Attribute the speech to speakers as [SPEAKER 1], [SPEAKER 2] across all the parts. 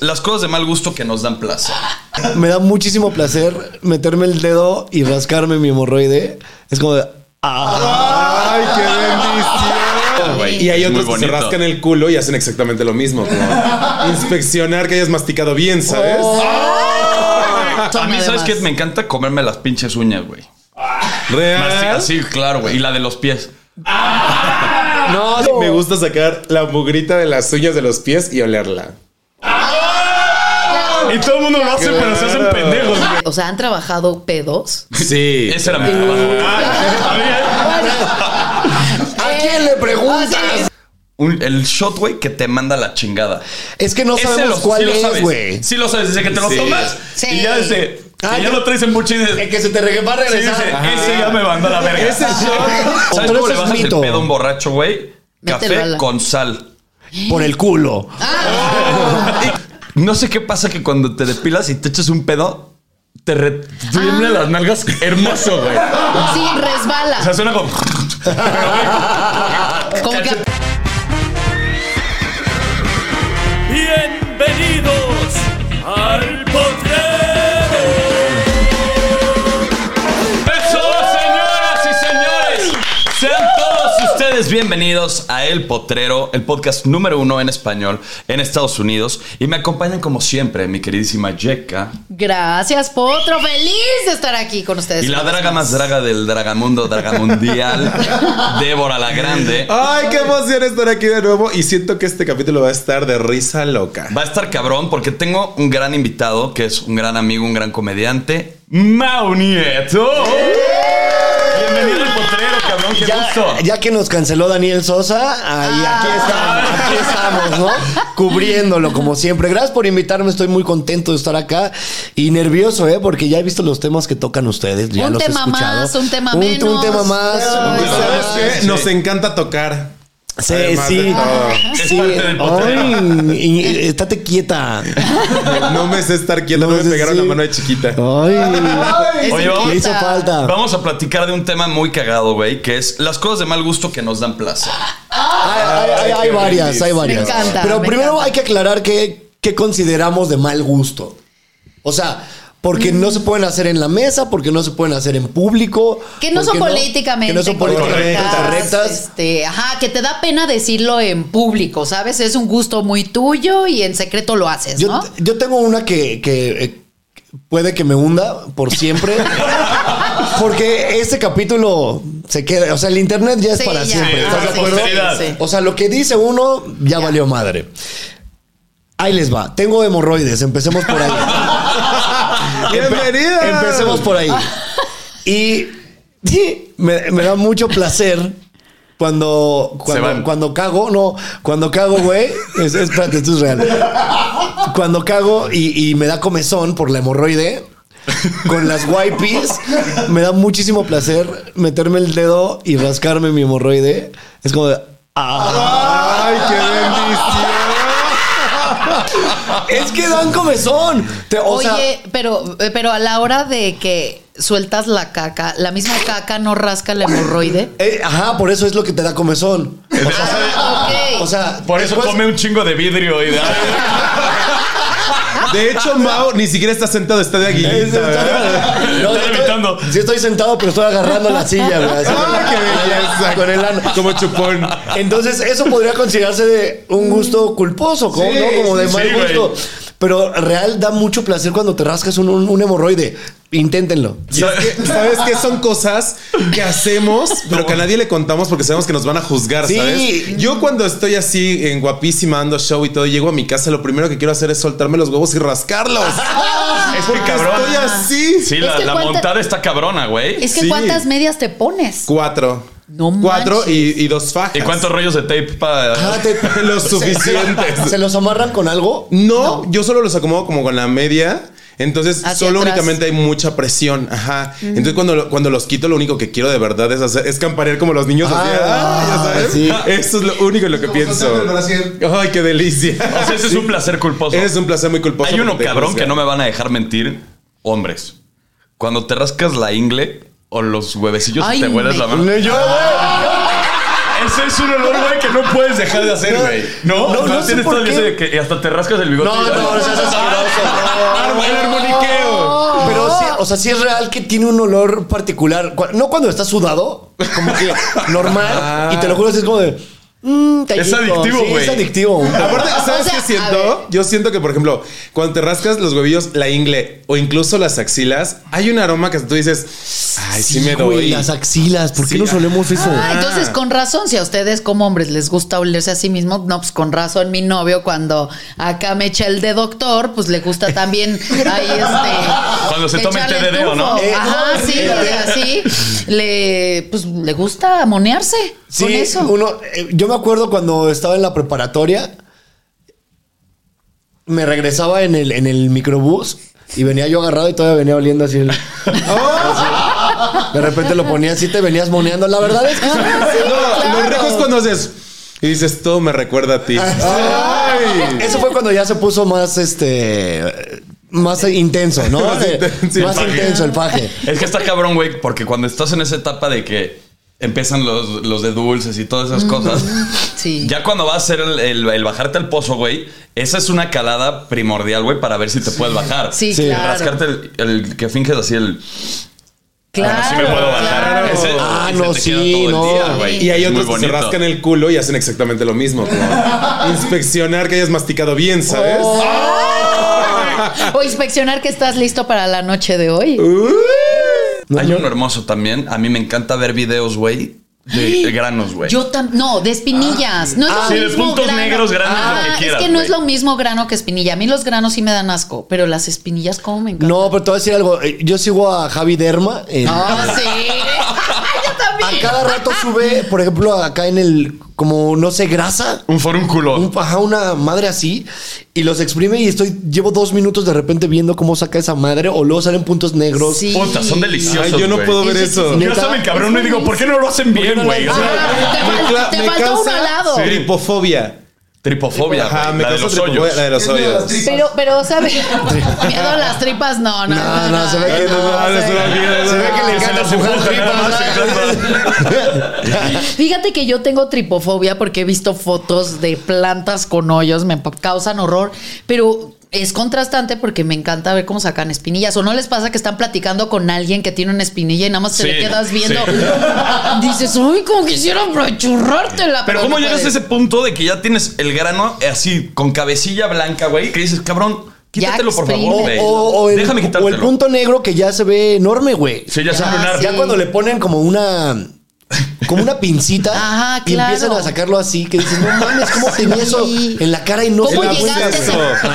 [SPEAKER 1] Las cosas de mal gusto que nos dan placer.
[SPEAKER 2] Me da muchísimo placer meterme el dedo y rascarme mi hemorroide. Es como de. ¡Ay,
[SPEAKER 3] qué bendición!
[SPEAKER 1] Güey,
[SPEAKER 3] Y hay
[SPEAKER 1] es muy
[SPEAKER 3] otros que se
[SPEAKER 1] bonito.
[SPEAKER 3] rascan el culo y hacen exactamente lo mismo. como inspeccionar que hayas masticado bien, ¿sabes?
[SPEAKER 2] Ah,
[SPEAKER 1] A mí, ¿sabes qué? Me encanta comerme las pinches uñas, güey. Así,
[SPEAKER 3] Real.
[SPEAKER 1] así, claro, güey. Y la de los pies.
[SPEAKER 3] No, me gusta sacar la mugrita de las uñas de los pies y olerla.
[SPEAKER 1] Y todo el mundo lo hace, pero se hacen pendejos, güey.
[SPEAKER 4] O sea, han trabajado pedos.
[SPEAKER 3] Sí.
[SPEAKER 1] Ese era mi trabajo.
[SPEAKER 2] ¿A quién le preguntas?
[SPEAKER 1] Un- el shot, güey, que te manda la chingada.
[SPEAKER 2] Es que no
[SPEAKER 1] Ese
[SPEAKER 2] sabemos
[SPEAKER 1] lo-
[SPEAKER 2] cuál
[SPEAKER 1] sí lo
[SPEAKER 2] es,
[SPEAKER 1] sabes.
[SPEAKER 2] güey.
[SPEAKER 1] Sí lo sabes, desde que te lo
[SPEAKER 3] Sí.
[SPEAKER 1] tomas.
[SPEAKER 4] Sí.
[SPEAKER 1] Y ya desde.
[SPEAKER 2] Ah,
[SPEAKER 1] y ya
[SPEAKER 2] yo-
[SPEAKER 1] lo traes en buche y dices,
[SPEAKER 2] El que se te regue- va a
[SPEAKER 1] Sí,
[SPEAKER 2] regresar.
[SPEAKER 1] dice,
[SPEAKER 2] Ajá.
[SPEAKER 1] ese ya me mandó a la verga.
[SPEAKER 2] Ese es shot.
[SPEAKER 1] ¿Sabes
[SPEAKER 2] Pero
[SPEAKER 1] cómo
[SPEAKER 2] eso
[SPEAKER 1] le
[SPEAKER 2] es
[SPEAKER 1] bajas el
[SPEAKER 2] mito.
[SPEAKER 1] pedo a un borracho, güey?
[SPEAKER 4] Mételo a
[SPEAKER 1] Café
[SPEAKER 4] la-
[SPEAKER 1] con sal.
[SPEAKER 2] Por el culo.
[SPEAKER 1] No sé qué pasa que cuando te depilas y te echas un pedo, te
[SPEAKER 5] Ah.
[SPEAKER 1] retiemblan las nalgas hermoso, güey. O
[SPEAKER 4] Sí, resbala.
[SPEAKER 1] sea, suena como...
[SPEAKER 4] Como que-
[SPEAKER 5] Bienvenidos al potrero.
[SPEAKER 1] ¡Eso, señoras y señores! Sean todos ustedes bienvenidos a El Potrero, el podcast número uno en español en Estados Unidos. Y me acompañan como siempre mi queridísima Yeka
[SPEAKER 4] Gracias, Potro. Feliz de estar aquí con ustedes.
[SPEAKER 1] y la draga más draga del Dragamundo, Dragamundial, Débora la Grande.
[SPEAKER 3] Ay, qué emoción estar aquí de nuevo. Y siento que este capítulo va a estar de risa loca.
[SPEAKER 1] Va a estar cabrón porque tengo un gran invitado que es un gran amigo, un gran comediante, Mau Nieto. Bienvenido al potrero, cabrón, qué
[SPEAKER 2] Ya,
[SPEAKER 1] gusto.
[SPEAKER 2] ya que nos canceló Daniel Sosa, ahí aquí estamos, aquí estamos, ¿no? Cubriéndolo como siempre. Gracias por invitarme, estoy muy contento de estar acá y nervioso, ¿eh? Porque ya he visto los temas que tocan ustedes, ya
[SPEAKER 4] Un
[SPEAKER 2] los he
[SPEAKER 4] tema
[SPEAKER 2] escuchado.
[SPEAKER 4] más, un tema
[SPEAKER 2] Un
[SPEAKER 4] menos.
[SPEAKER 2] tema más.
[SPEAKER 4] Ay,
[SPEAKER 2] un tema
[SPEAKER 3] ¿Sabes
[SPEAKER 2] más.
[SPEAKER 3] qué?
[SPEAKER 1] sí.
[SPEAKER 3] Nos encanta tocar.
[SPEAKER 2] Sí,
[SPEAKER 3] Además de
[SPEAKER 2] sí.
[SPEAKER 3] todo.
[SPEAKER 1] Es parte del potrero.
[SPEAKER 2] Ay, y- y- estate quieta.
[SPEAKER 3] No me sé estar quieta, no,
[SPEAKER 2] No
[SPEAKER 3] me
[SPEAKER 2] sé,
[SPEAKER 3] pegaron
[SPEAKER 2] sí.
[SPEAKER 3] la mano de chiquita.
[SPEAKER 2] Ay,
[SPEAKER 4] Es
[SPEAKER 1] Oye,
[SPEAKER 2] le hizo
[SPEAKER 4] inquieta.
[SPEAKER 2] falta.
[SPEAKER 1] Vamos a platicar de un tema muy cagado, güey, que es las cosas de mal gusto que nos dan placer.
[SPEAKER 2] Hay, hay- hay
[SPEAKER 3] qué
[SPEAKER 2] varias,
[SPEAKER 3] bendito.
[SPEAKER 2] hay varias.
[SPEAKER 4] Me encanta,
[SPEAKER 2] Pero
[SPEAKER 4] me
[SPEAKER 2] primero
[SPEAKER 4] encanta.
[SPEAKER 2] hay que aclarar qué, qué consideramos de mal gusto. O sea, porque
[SPEAKER 4] Mm.
[SPEAKER 2] no se pueden hacer en la mesa, porque no se pueden hacer en público.
[SPEAKER 4] Que no son
[SPEAKER 2] porque
[SPEAKER 4] políticamente
[SPEAKER 2] Que no son políticamente correctas.
[SPEAKER 4] Este, ajá, que te da pena decirlo en público, ¿sabes? Es un gusto muy tuyo y en secreto lo haces,
[SPEAKER 2] Yo,
[SPEAKER 4] ¿no?
[SPEAKER 2] yo tengo una que, que, eh, puede que me hunda por siempre. porque este capítulo se queda. O sea, el internet ya es
[SPEAKER 4] Sí,
[SPEAKER 2] para
[SPEAKER 4] ya.
[SPEAKER 2] siempre.
[SPEAKER 4] Sí,
[SPEAKER 2] ¿Estás de
[SPEAKER 4] sí,
[SPEAKER 2] acuerdo?
[SPEAKER 4] sí, sí.
[SPEAKER 2] O sea, lo que dice uno ya valió madre. Ahí les va. Tengo hemorroides. Empecemos por ahí.
[SPEAKER 3] Bienvenidos.
[SPEAKER 2] Empecemos por ahí. Y sí, me, me da mucho placer cuando
[SPEAKER 1] van.
[SPEAKER 2] cuando, cuando cago, no, cuando cago, güey, es, espérate, esto es real. Cuando cago y, y me da comezón por la hemorroide con las wipes, me da muchísimo placer meterme el dedo y rascarme mi hemorroide. Es como de, "Ah".
[SPEAKER 3] Ay, qué bendición.
[SPEAKER 2] es que dan comezón. Te- o sea,
[SPEAKER 4] Oye, pero, pero a la hora de que sueltas la caca, la misma caca no rasca la hemorroide.
[SPEAKER 2] eh, ajá, por eso es lo que te da comezón.
[SPEAKER 4] Ah, ok.
[SPEAKER 2] O sea,
[SPEAKER 1] Por eso
[SPEAKER 2] después-
[SPEAKER 1] come un chingo de vidrio y de...
[SPEAKER 3] De hecho, Mao ni siquiera está sentado, está de aguilita. ¿verdad?
[SPEAKER 2] No, yo
[SPEAKER 1] Está
[SPEAKER 2] estoy-
[SPEAKER 1] levitando.
[SPEAKER 2] Sí estoy sentado, pero estoy agarrando la silla, güey, así con-
[SPEAKER 3] Ah, qué belleza.
[SPEAKER 2] Con el ano.
[SPEAKER 3] Como chupón.
[SPEAKER 2] Entonces, eso podría considerarse de un gusto culposo, como,
[SPEAKER 3] Sí,
[SPEAKER 2] ¿no? Como de
[SPEAKER 3] sí,
[SPEAKER 2] mal
[SPEAKER 1] sí,
[SPEAKER 2] gusto.
[SPEAKER 1] güey.
[SPEAKER 2] Pero real da mucho placer cuando te rascas un, un- un hemorroide. Inténtenlo.
[SPEAKER 3] Y es que, ¿Sabes qué? Son cosas que hacemos, pero que a nadie le contamos porque sabemos que nos van a juzgar,
[SPEAKER 2] Sí.
[SPEAKER 3] ¿sabes? Yo cuando estoy así en guapísima, ando show y todo, llego a mi casa, lo primero que quiero hacer es soltarme los huevos y rascarlos.
[SPEAKER 1] Es muy cabrón.
[SPEAKER 3] Estoy así.
[SPEAKER 1] Sí,
[SPEAKER 4] Es
[SPEAKER 1] la,
[SPEAKER 4] que
[SPEAKER 1] la
[SPEAKER 4] cuánta-
[SPEAKER 1] montada está cabrona, güey.
[SPEAKER 4] Es que
[SPEAKER 3] Sí.
[SPEAKER 4] cuántas medias te pones.
[SPEAKER 3] Cuatro.
[SPEAKER 4] No
[SPEAKER 3] Cuatro
[SPEAKER 4] manches.
[SPEAKER 3] y, y dos fajas.
[SPEAKER 1] ¿Y cuántos rollos de tape para.?
[SPEAKER 2] Ah, te-
[SPEAKER 3] Lo
[SPEAKER 2] se-
[SPEAKER 3] suficientes.
[SPEAKER 2] ¿Se, los amarran con algo?
[SPEAKER 3] No, yo solo los acomodo como con la media. Entonces,
[SPEAKER 4] Hacia
[SPEAKER 3] solo
[SPEAKER 4] atrás.
[SPEAKER 3] únicamente hay mucha presión. Ajá. Entonces, cuando, lo- cuando los quito, lo único que quiero de verdad es hacer, es campanear como los niños. así,
[SPEAKER 2] Ah,
[SPEAKER 3] "Ah", ya sabes.
[SPEAKER 2] sí.
[SPEAKER 3] Eso es lo único en lo que pienso. Ay, qué delicia.
[SPEAKER 1] O sea, ese es un placer culposo.
[SPEAKER 3] Ese es un placer muy culposo.
[SPEAKER 1] Hay uno
[SPEAKER 3] porque pues, te
[SPEAKER 1] cabrón
[SPEAKER 3] juzga.
[SPEAKER 1] que no me van a dejar mentir. Hombres. Cuando te rascas la ingle o los huevecillos
[SPEAKER 4] Ay,
[SPEAKER 1] y te hueles
[SPEAKER 4] me-
[SPEAKER 1] la mano.
[SPEAKER 2] Yo, güey.
[SPEAKER 1] Ese es un olor, güey, que no puedes dejar de hacer, güey. No,
[SPEAKER 2] No,
[SPEAKER 1] no,
[SPEAKER 2] no sé
[SPEAKER 1] tienes
[SPEAKER 2] por
[SPEAKER 1] todo el
[SPEAKER 2] qué.
[SPEAKER 1] ese de que hasta te rascas el bigote.
[SPEAKER 2] No,
[SPEAKER 1] y- Ah,
[SPEAKER 2] no, no seas asqueroso.
[SPEAKER 3] Arma- el armoniqueo.
[SPEAKER 2] Pero sí, o sea, sí es real que tiene un olor particular. Cu- No cuando estás sudado, como que normal. Y te lo juro, sí es como de. mm, te
[SPEAKER 1] Es
[SPEAKER 2] ayudo.
[SPEAKER 1] adictivo,
[SPEAKER 2] Sí,
[SPEAKER 1] güey.
[SPEAKER 2] Es adictivo.
[SPEAKER 3] Aparte, ¿sabes
[SPEAKER 4] O sea,
[SPEAKER 3] qué
[SPEAKER 4] a
[SPEAKER 3] siento?
[SPEAKER 4] ver.
[SPEAKER 3] Yo siento que, por ejemplo, cuando te rascas los huevillos, la ingle o incluso las axilas, hay un aroma que tú dices, ay, sí, me
[SPEAKER 2] güey,
[SPEAKER 3] doy.
[SPEAKER 2] Las axilas, ¿por qué
[SPEAKER 3] Sí,
[SPEAKER 2] no solemos eso?
[SPEAKER 4] Ah, entonces con razón, si a ustedes como hombres les gusta olerse a sí mismos, no, pues con razón mi novio cuando acá me echa el de doctor, pues le gusta también ahí este...
[SPEAKER 1] Cuando se toma el
[SPEAKER 4] echarle
[SPEAKER 1] té de dedo, ¿no?
[SPEAKER 4] tufo.
[SPEAKER 2] Eh,
[SPEAKER 4] Ajá, sí,
[SPEAKER 2] eh,
[SPEAKER 4] así. Le, pues le gusta amonearse
[SPEAKER 2] Sí,
[SPEAKER 4] con eso.
[SPEAKER 2] uno, eh, yo me acuerdo cuando estaba en la preparatoria, me regresaba en el, en el microbús y venía yo agarrado y todavía venía oliendo así. el-
[SPEAKER 4] Oh.
[SPEAKER 2] Así. De repente lo ponía así, te venías moneando. La verdad es que
[SPEAKER 3] No, lo
[SPEAKER 4] Ah, claro.
[SPEAKER 3] rico es cuando haces y dices todo me recuerda a ti.
[SPEAKER 4] Ah,
[SPEAKER 3] Ay.
[SPEAKER 2] eso fue cuando ya se puso más este. Más intenso, ¿no?
[SPEAKER 3] Más
[SPEAKER 2] Eh,
[SPEAKER 3] intenso el
[SPEAKER 2] más
[SPEAKER 3] paje.
[SPEAKER 2] intenso el paje.
[SPEAKER 1] Es que está cabrón, güey, porque cuando estás en esa etapa de que empiezan los, los de dulces y todas esas cosas,
[SPEAKER 4] Sí.
[SPEAKER 1] ya cuando va a ser el, el- el bajarte al pozo, güey, esa es una calada primordial, güey, para ver si te puedes bajar.
[SPEAKER 4] Sí,
[SPEAKER 2] Sí.
[SPEAKER 1] El
[SPEAKER 4] claro.
[SPEAKER 1] rascarte el, el que finges así el.
[SPEAKER 4] claro.
[SPEAKER 1] "Ahora sí me puedo bajar.
[SPEAKER 4] claro.
[SPEAKER 1] Ese-
[SPEAKER 2] Ah,
[SPEAKER 1] y se
[SPEAKER 2] no,
[SPEAKER 1] te queda
[SPEAKER 2] sí,
[SPEAKER 1] todo el
[SPEAKER 2] no.
[SPEAKER 1] día, güey.
[SPEAKER 3] Y hay
[SPEAKER 1] Es muy
[SPEAKER 3] otros que se
[SPEAKER 1] bonito.
[SPEAKER 3] rascan el culo y hacen exactamente lo mismo. como inspeccionar que hayas masticado bien, ¿sabes?
[SPEAKER 4] Oh.
[SPEAKER 2] ¡Ah!
[SPEAKER 4] O inspeccionar que estás listo para la noche de hoy.
[SPEAKER 1] Hay uno hermoso también. A mí me encanta ver videos, güey, de, de granos, güey.
[SPEAKER 4] Yo también. No, de espinillas. No es
[SPEAKER 1] Ah,
[SPEAKER 4] lo
[SPEAKER 1] sí, de
[SPEAKER 4] mismo
[SPEAKER 1] puntos
[SPEAKER 4] grano. Ah,
[SPEAKER 1] negros, granos, lo que quieras,
[SPEAKER 4] Es que no
[SPEAKER 1] güey.
[SPEAKER 4] es lo mismo grano que espinilla. A mí los granos sí me dan asco, pero las espinillas, ¿cómo me encantan?
[SPEAKER 2] No, pero te voy a decir algo. Eh, Yo sigo a Javi Derma. en-
[SPEAKER 4] Ah, sí. Yo
[SPEAKER 2] A
[SPEAKER 4] también.
[SPEAKER 2] cada rato sube, por ejemplo, acá en el, como no sé, grasa.
[SPEAKER 1] Un forúnculo.
[SPEAKER 2] Un, ajá, una madre así. Y los exprime y estoy, llevo dos minutos de repente viendo cómo saca esa madre. O luego salen puntos negros.
[SPEAKER 4] Sí.
[SPEAKER 1] Puta, son deliciosos.
[SPEAKER 3] Ay, yo no
[SPEAKER 1] güey.
[SPEAKER 3] puedo ver
[SPEAKER 4] Eso sí,
[SPEAKER 3] eso.
[SPEAKER 2] sí,
[SPEAKER 1] Yo
[SPEAKER 2] ¿Neta?
[SPEAKER 1] estaba en cabrón y digo, ¿por qué no lo hacen bien, güey? O sea,
[SPEAKER 4] Ah, te fal-
[SPEAKER 3] cla-
[SPEAKER 4] te faltó uno al lado.
[SPEAKER 3] Tripofobia.
[SPEAKER 1] Tripofobia,
[SPEAKER 3] Ajá,
[SPEAKER 1] güey,
[SPEAKER 3] me
[SPEAKER 1] la de
[SPEAKER 3] causa
[SPEAKER 1] los
[SPEAKER 3] tripofobia,
[SPEAKER 1] hoyos.
[SPEAKER 3] la de los hoyos.
[SPEAKER 4] Pero, pero, ¿sabes? Miedo a las tripas, no, no.
[SPEAKER 2] No, no, se ve que no,
[SPEAKER 4] se
[SPEAKER 3] es
[SPEAKER 4] ve
[SPEAKER 3] una mierda.
[SPEAKER 2] Se ve que le
[SPEAKER 1] Que se
[SPEAKER 2] encanta
[SPEAKER 1] las
[SPEAKER 2] empujar
[SPEAKER 1] empujan, nada más,
[SPEAKER 2] tripas.
[SPEAKER 4] Fíjate que yo tengo tripofobia porque he visto fotos de plantas con hoyos, me pa- causan horror, pero es contrastante porque me encanta ver cómo sacan espinillas. O no les pasa que están platicando con alguien que tiene una espinilla y nada más te
[SPEAKER 1] Sí,
[SPEAKER 4] le quedas viendo.
[SPEAKER 1] sí.
[SPEAKER 4] Dices, uy, como quisiera apachurrártela.
[SPEAKER 1] Pero
[SPEAKER 2] pues,
[SPEAKER 1] ¿cómo
[SPEAKER 4] no
[SPEAKER 1] llegas a
[SPEAKER 4] puedes.
[SPEAKER 2] eh,
[SPEAKER 1] ese punto de que ya tienes el grano eh, así con cabecilla blanca, güey? Que dices, cabrón, quítatelo por
[SPEAKER 4] exprime.
[SPEAKER 1] favor, güey.
[SPEAKER 2] O, o el,
[SPEAKER 1] Déjame
[SPEAKER 2] o el
[SPEAKER 1] quitártelo.
[SPEAKER 2] punto negro que ya se ve enorme, güey.
[SPEAKER 1] Sí, ya es un
[SPEAKER 4] Ah,
[SPEAKER 1] lunar.
[SPEAKER 4] sí.
[SPEAKER 2] Ya cuando le ponen como una. Como una pincita
[SPEAKER 4] Ajá,
[SPEAKER 2] y
[SPEAKER 4] claro.
[SPEAKER 2] empiezan a sacarlo así, que dices, no mames, ¿cómo tenía eso
[SPEAKER 4] Sí.
[SPEAKER 2] en la Ah. cara y no
[SPEAKER 4] ¿Cómo
[SPEAKER 2] se da
[SPEAKER 4] llegaste
[SPEAKER 2] cuenta,
[SPEAKER 4] a ese
[SPEAKER 2] güey?
[SPEAKER 4] punto?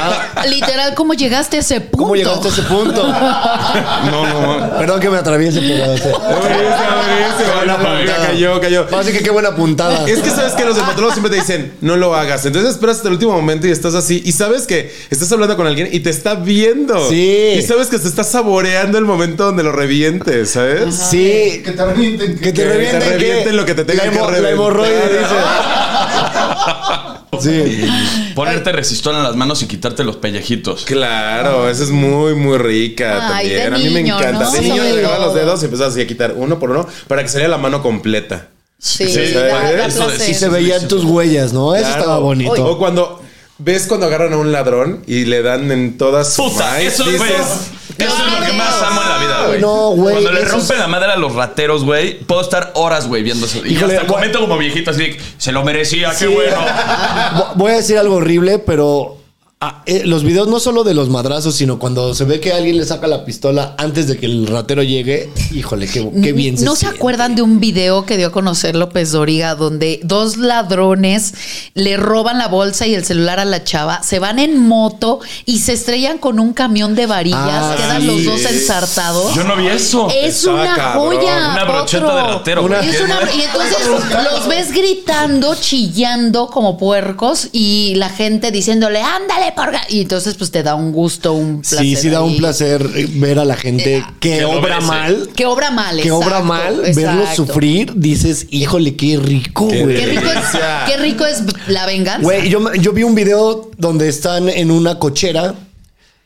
[SPEAKER 4] Literal, ¿cómo llegaste a ese punto?
[SPEAKER 2] ¿Cómo llegaste a ese punto?
[SPEAKER 3] No, no.
[SPEAKER 2] Perdón que me atraviese, pero. o sea,
[SPEAKER 3] Buenísima, buenísima. Mira, Cayó, cayó.
[SPEAKER 2] Así que qué buena puntada.
[SPEAKER 3] Es que sabes que los dermatólogos siempre te dicen, no lo hagas. Entonces esperas hasta el último momento y estás así. Y sabes que estás hablando con alguien y te está viendo.
[SPEAKER 2] Sí.
[SPEAKER 3] Y sabes que te está saboreando el momento donde lo revientes, ¿sabes?
[SPEAKER 2] Sí. Que te revienten. Que te
[SPEAKER 3] te
[SPEAKER 2] revienten.
[SPEAKER 3] revienten lo que te tenga
[SPEAKER 2] la
[SPEAKER 3] que
[SPEAKER 2] hemo- La
[SPEAKER 3] reventar. Ah,
[SPEAKER 2] hemorroide, dice. Sí.
[SPEAKER 1] Ponerte resistón en las manos y quitarte los pellejitos.
[SPEAKER 3] Claro, esa es muy, muy rica
[SPEAKER 4] Ay,
[SPEAKER 3] también.
[SPEAKER 4] de
[SPEAKER 3] a mí me
[SPEAKER 4] niño,
[SPEAKER 3] encanta.
[SPEAKER 4] ¿no?
[SPEAKER 3] De niño
[SPEAKER 4] Sobre
[SPEAKER 3] le agarraba los
[SPEAKER 4] todo.
[SPEAKER 3] dedos y empezaba así a quitar uno por uno para que saliera la mano completa.
[SPEAKER 4] Sí,
[SPEAKER 3] Sí,
[SPEAKER 4] da- da
[SPEAKER 3] ¿eh?
[SPEAKER 1] Eso de-
[SPEAKER 4] placer.
[SPEAKER 2] Y se veían tus huellas, ¿no? Eso
[SPEAKER 3] Claro.
[SPEAKER 2] estaba bonito.
[SPEAKER 3] O cuando ¿Ves cuando agarran a un ladrón y le dan en todas sus
[SPEAKER 1] Puta,
[SPEAKER 3] maíz?
[SPEAKER 1] eso, güey.
[SPEAKER 3] Dices,
[SPEAKER 1] Eso es lo que más amo en la vida, güey.
[SPEAKER 2] No, güey,
[SPEAKER 1] Cuando le
[SPEAKER 2] eso
[SPEAKER 1] rompen
[SPEAKER 2] es-
[SPEAKER 1] la madre a los rateros, güey, puedo estar horas, güey, viendo eso. Y
[SPEAKER 2] Híjole,
[SPEAKER 1] hasta
[SPEAKER 2] güey.
[SPEAKER 1] comento como viejito así, de, se lo merecía,
[SPEAKER 2] Sí.
[SPEAKER 1] qué bueno.
[SPEAKER 2] Vo- Voy a decir algo horrible, pero ah, eh, los videos no solo de los madrazos, sino cuando se ve que alguien le saca la pistola antes de que el ratero llegue. Híjole, qué, qué bien
[SPEAKER 4] ¿No se
[SPEAKER 2] siente.
[SPEAKER 4] acuerdan de un video que dio a conocer López Doriga donde dos ladrones le roban la bolsa y el celular a la chava, se van en moto y se estrellan con un camión de varillas,
[SPEAKER 2] Ah,
[SPEAKER 4] quedan
[SPEAKER 3] sí.
[SPEAKER 4] los dos ensartados?
[SPEAKER 1] Yo no vi eso.
[SPEAKER 2] Eh,
[SPEAKER 4] Es
[SPEAKER 3] Estaba
[SPEAKER 4] una
[SPEAKER 3] cabrón.
[SPEAKER 4] joya.
[SPEAKER 1] Una brocheta
[SPEAKER 4] potro.
[SPEAKER 1] de ratero,
[SPEAKER 4] Una-
[SPEAKER 1] güey.
[SPEAKER 4] Es una- y entonces los ves gritando, chillando como puercos y la gente diciéndole, ándale, porga. Y entonces, pues te da un gusto, un placer.
[SPEAKER 2] Sí, sí da un
[SPEAKER 4] ahí.
[SPEAKER 2] placer eh, ver a la gente
[SPEAKER 4] Eh,
[SPEAKER 2] que,
[SPEAKER 1] que lo
[SPEAKER 2] obra
[SPEAKER 1] merece.
[SPEAKER 2] mal.
[SPEAKER 4] Que obra mal.
[SPEAKER 2] que obra
[SPEAKER 4] exacto,
[SPEAKER 2] mal, verlo
[SPEAKER 4] exacto.
[SPEAKER 2] sufrir, dices, híjole, qué rico,
[SPEAKER 3] Qué
[SPEAKER 2] güey.
[SPEAKER 4] Qué rico, es,
[SPEAKER 3] Delicia.
[SPEAKER 4] qué rico es la venganza.
[SPEAKER 2] Güey, yo, me- yo vi un video donde están en una cochera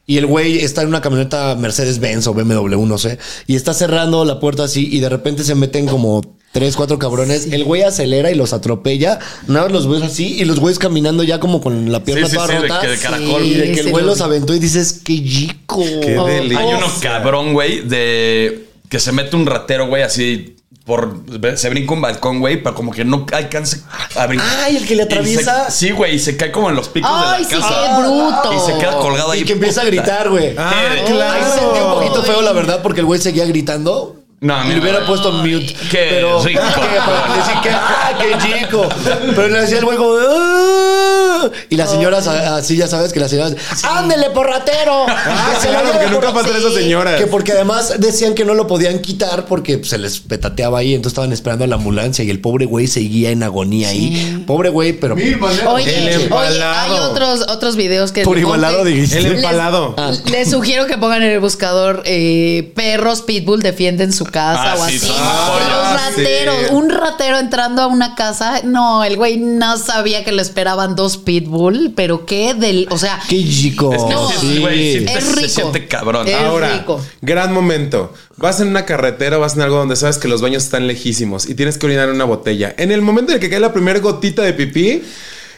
[SPEAKER 2] y el güey está en una camioneta Mercedes-Benz o BMW, no sé, y está cerrando la puerta así y de repente se meten como tres, cuatro cabrones. El güey acelera y los atropella. Nada, más los ves así y los güeyes caminando ya como con la pierna
[SPEAKER 1] Sí, sí,
[SPEAKER 2] toda
[SPEAKER 1] sí, de
[SPEAKER 2] rota.
[SPEAKER 1] que de caracol.
[SPEAKER 2] Y de que
[SPEAKER 4] Sí,
[SPEAKER 2] el
[SPEAKER 4] sí,
[SPEAKER 2] güey
[SPEAKER 4] lo
[SPEAKER 2] los
[SPEAKER 4] vi.
[SPEAKER 2] aventó y dices, qué chico.
[SPEAKER 3] Qué
[SPEAKER 4] Oh,
[SPEAKER 3] delicia.
[SPEAKER 1] Hay uno cabrón, güey, de que se mete un ratero, güey, así por se brinca un balcón, güey, pero como que no alcanza a brincar.
[SPEAKER 2] Ay, el que le
[SPEAKER 1] Y se-
[SPEAKER 2] atraviesa.
[SPEAKER 1] sí, güey, y se cae como en los picos
[SPEAKER 4] Ay,
[SPEAKER 1] de
[SPEAKER 4] sí,
[SPEAKER 1] la casa.
[SPEAKER 4] qué bruto.
[SPEAKER 1] Y se queda colgado ahí.
[SPEAKER 2] Y que empieza a
[SPEAKER 1] puta.
[SPEAKER 2] gritar, güey.
[SPEAKER 3] Ah,
[SPEAKER 1] Qué-
[SPEAKER 2] Ahí se sentía un
[SPEAKER 3] claro.
[SPEAKER 2] poquito feo, la verdad, porque el güey seguía gritando.
[SPEAKER 1] No,
[SPEAKER 2] y
[SPEAKER 1] Ah, mira.
[SPEAKER 2] le hubiera puesto mute.
[SPEAKER 1] Qué
[SPEAKER 2] pero,
[SPEAKER 1] rico.
[SPEAKER 2] ¿qué? Para decir que, ah, qué chico. Pero le hacía el güey como, "Ah". Y las señoras, a- así ya sabes que las señoras, ándele por ratero.
[SPEAKER 3] Ah,
[SPEAKER 2] Que se lo
[SPEAKER 3] claro,
[SPEAKER 2] lleve
[SPEAKER 3] porque
[SPEAKER 2] por
[SPEAKER 3] nunca
[SPEAKER 2] ratero".
[SPEAKER 3] faltan esas señoras.
[SPEAKER 2] Que porque además decían que no lo podían quitar porque pues, se les petateaba ahí, entonces estaban esperando a la ambulancia y el pobre güey seguía en agonía ahí. Pobre güey, pero.
[SPEAKER 3] pues, El
[SPEAKER 4] Oye, oye, hay
[SPEAKER 3] embalado.
[SPEAKER 4] otros, otros videos que.
[SPEAKER 2] Por igualado,
[SPEAKER 4] donde-
[SPEAKER 2] dijiste.
[SPEAKER 3] El em-
[SPEAKER 4] Les- Ah.
[SPEAKER 3] empalado.
[SPEAKER 1] Ah.
[SPEAKER 4] Les sugiero que pongan en el buscador eh, perros pitbull defienden su casa
[SPEAKER 1] Ah,
[SPEAKER 4] o
[SPEAKER 1] sí,
[SPEAKER 4] así.
[SPEAKER 1] sí.
[SPEAKER 3] Ah,
[SPEAKER 4] los rateros,
[SPEAKER 3] sí.
[SPEAKER 4] un ratero entrando a una casa. No, el güey no sabía que le esperaban dos pitbull, pero qué del, o sea,
[SPEAKER 2] Qué chico.
[SPEAKER 1] Es que
[SPEAKER 4] No,
[SPEAKER 1] sí, güey, sí te-
[SPEAKER 4] es
[SPEAKER 1] se
[SPEAKER 4] rico.
[SPEAKER 1] siente cabrón.
[SPEAKER 4] Es-
[SPEAKER 3] Ahora,
[SPEAKER 4] rico.
[SPEAKER 3] gran momento. Vas en una carretera, vas en algo donde sabes que los baños están lejísimos y tienes que orinar en una botella. En el momento en el que cae la primera gotita de pipí,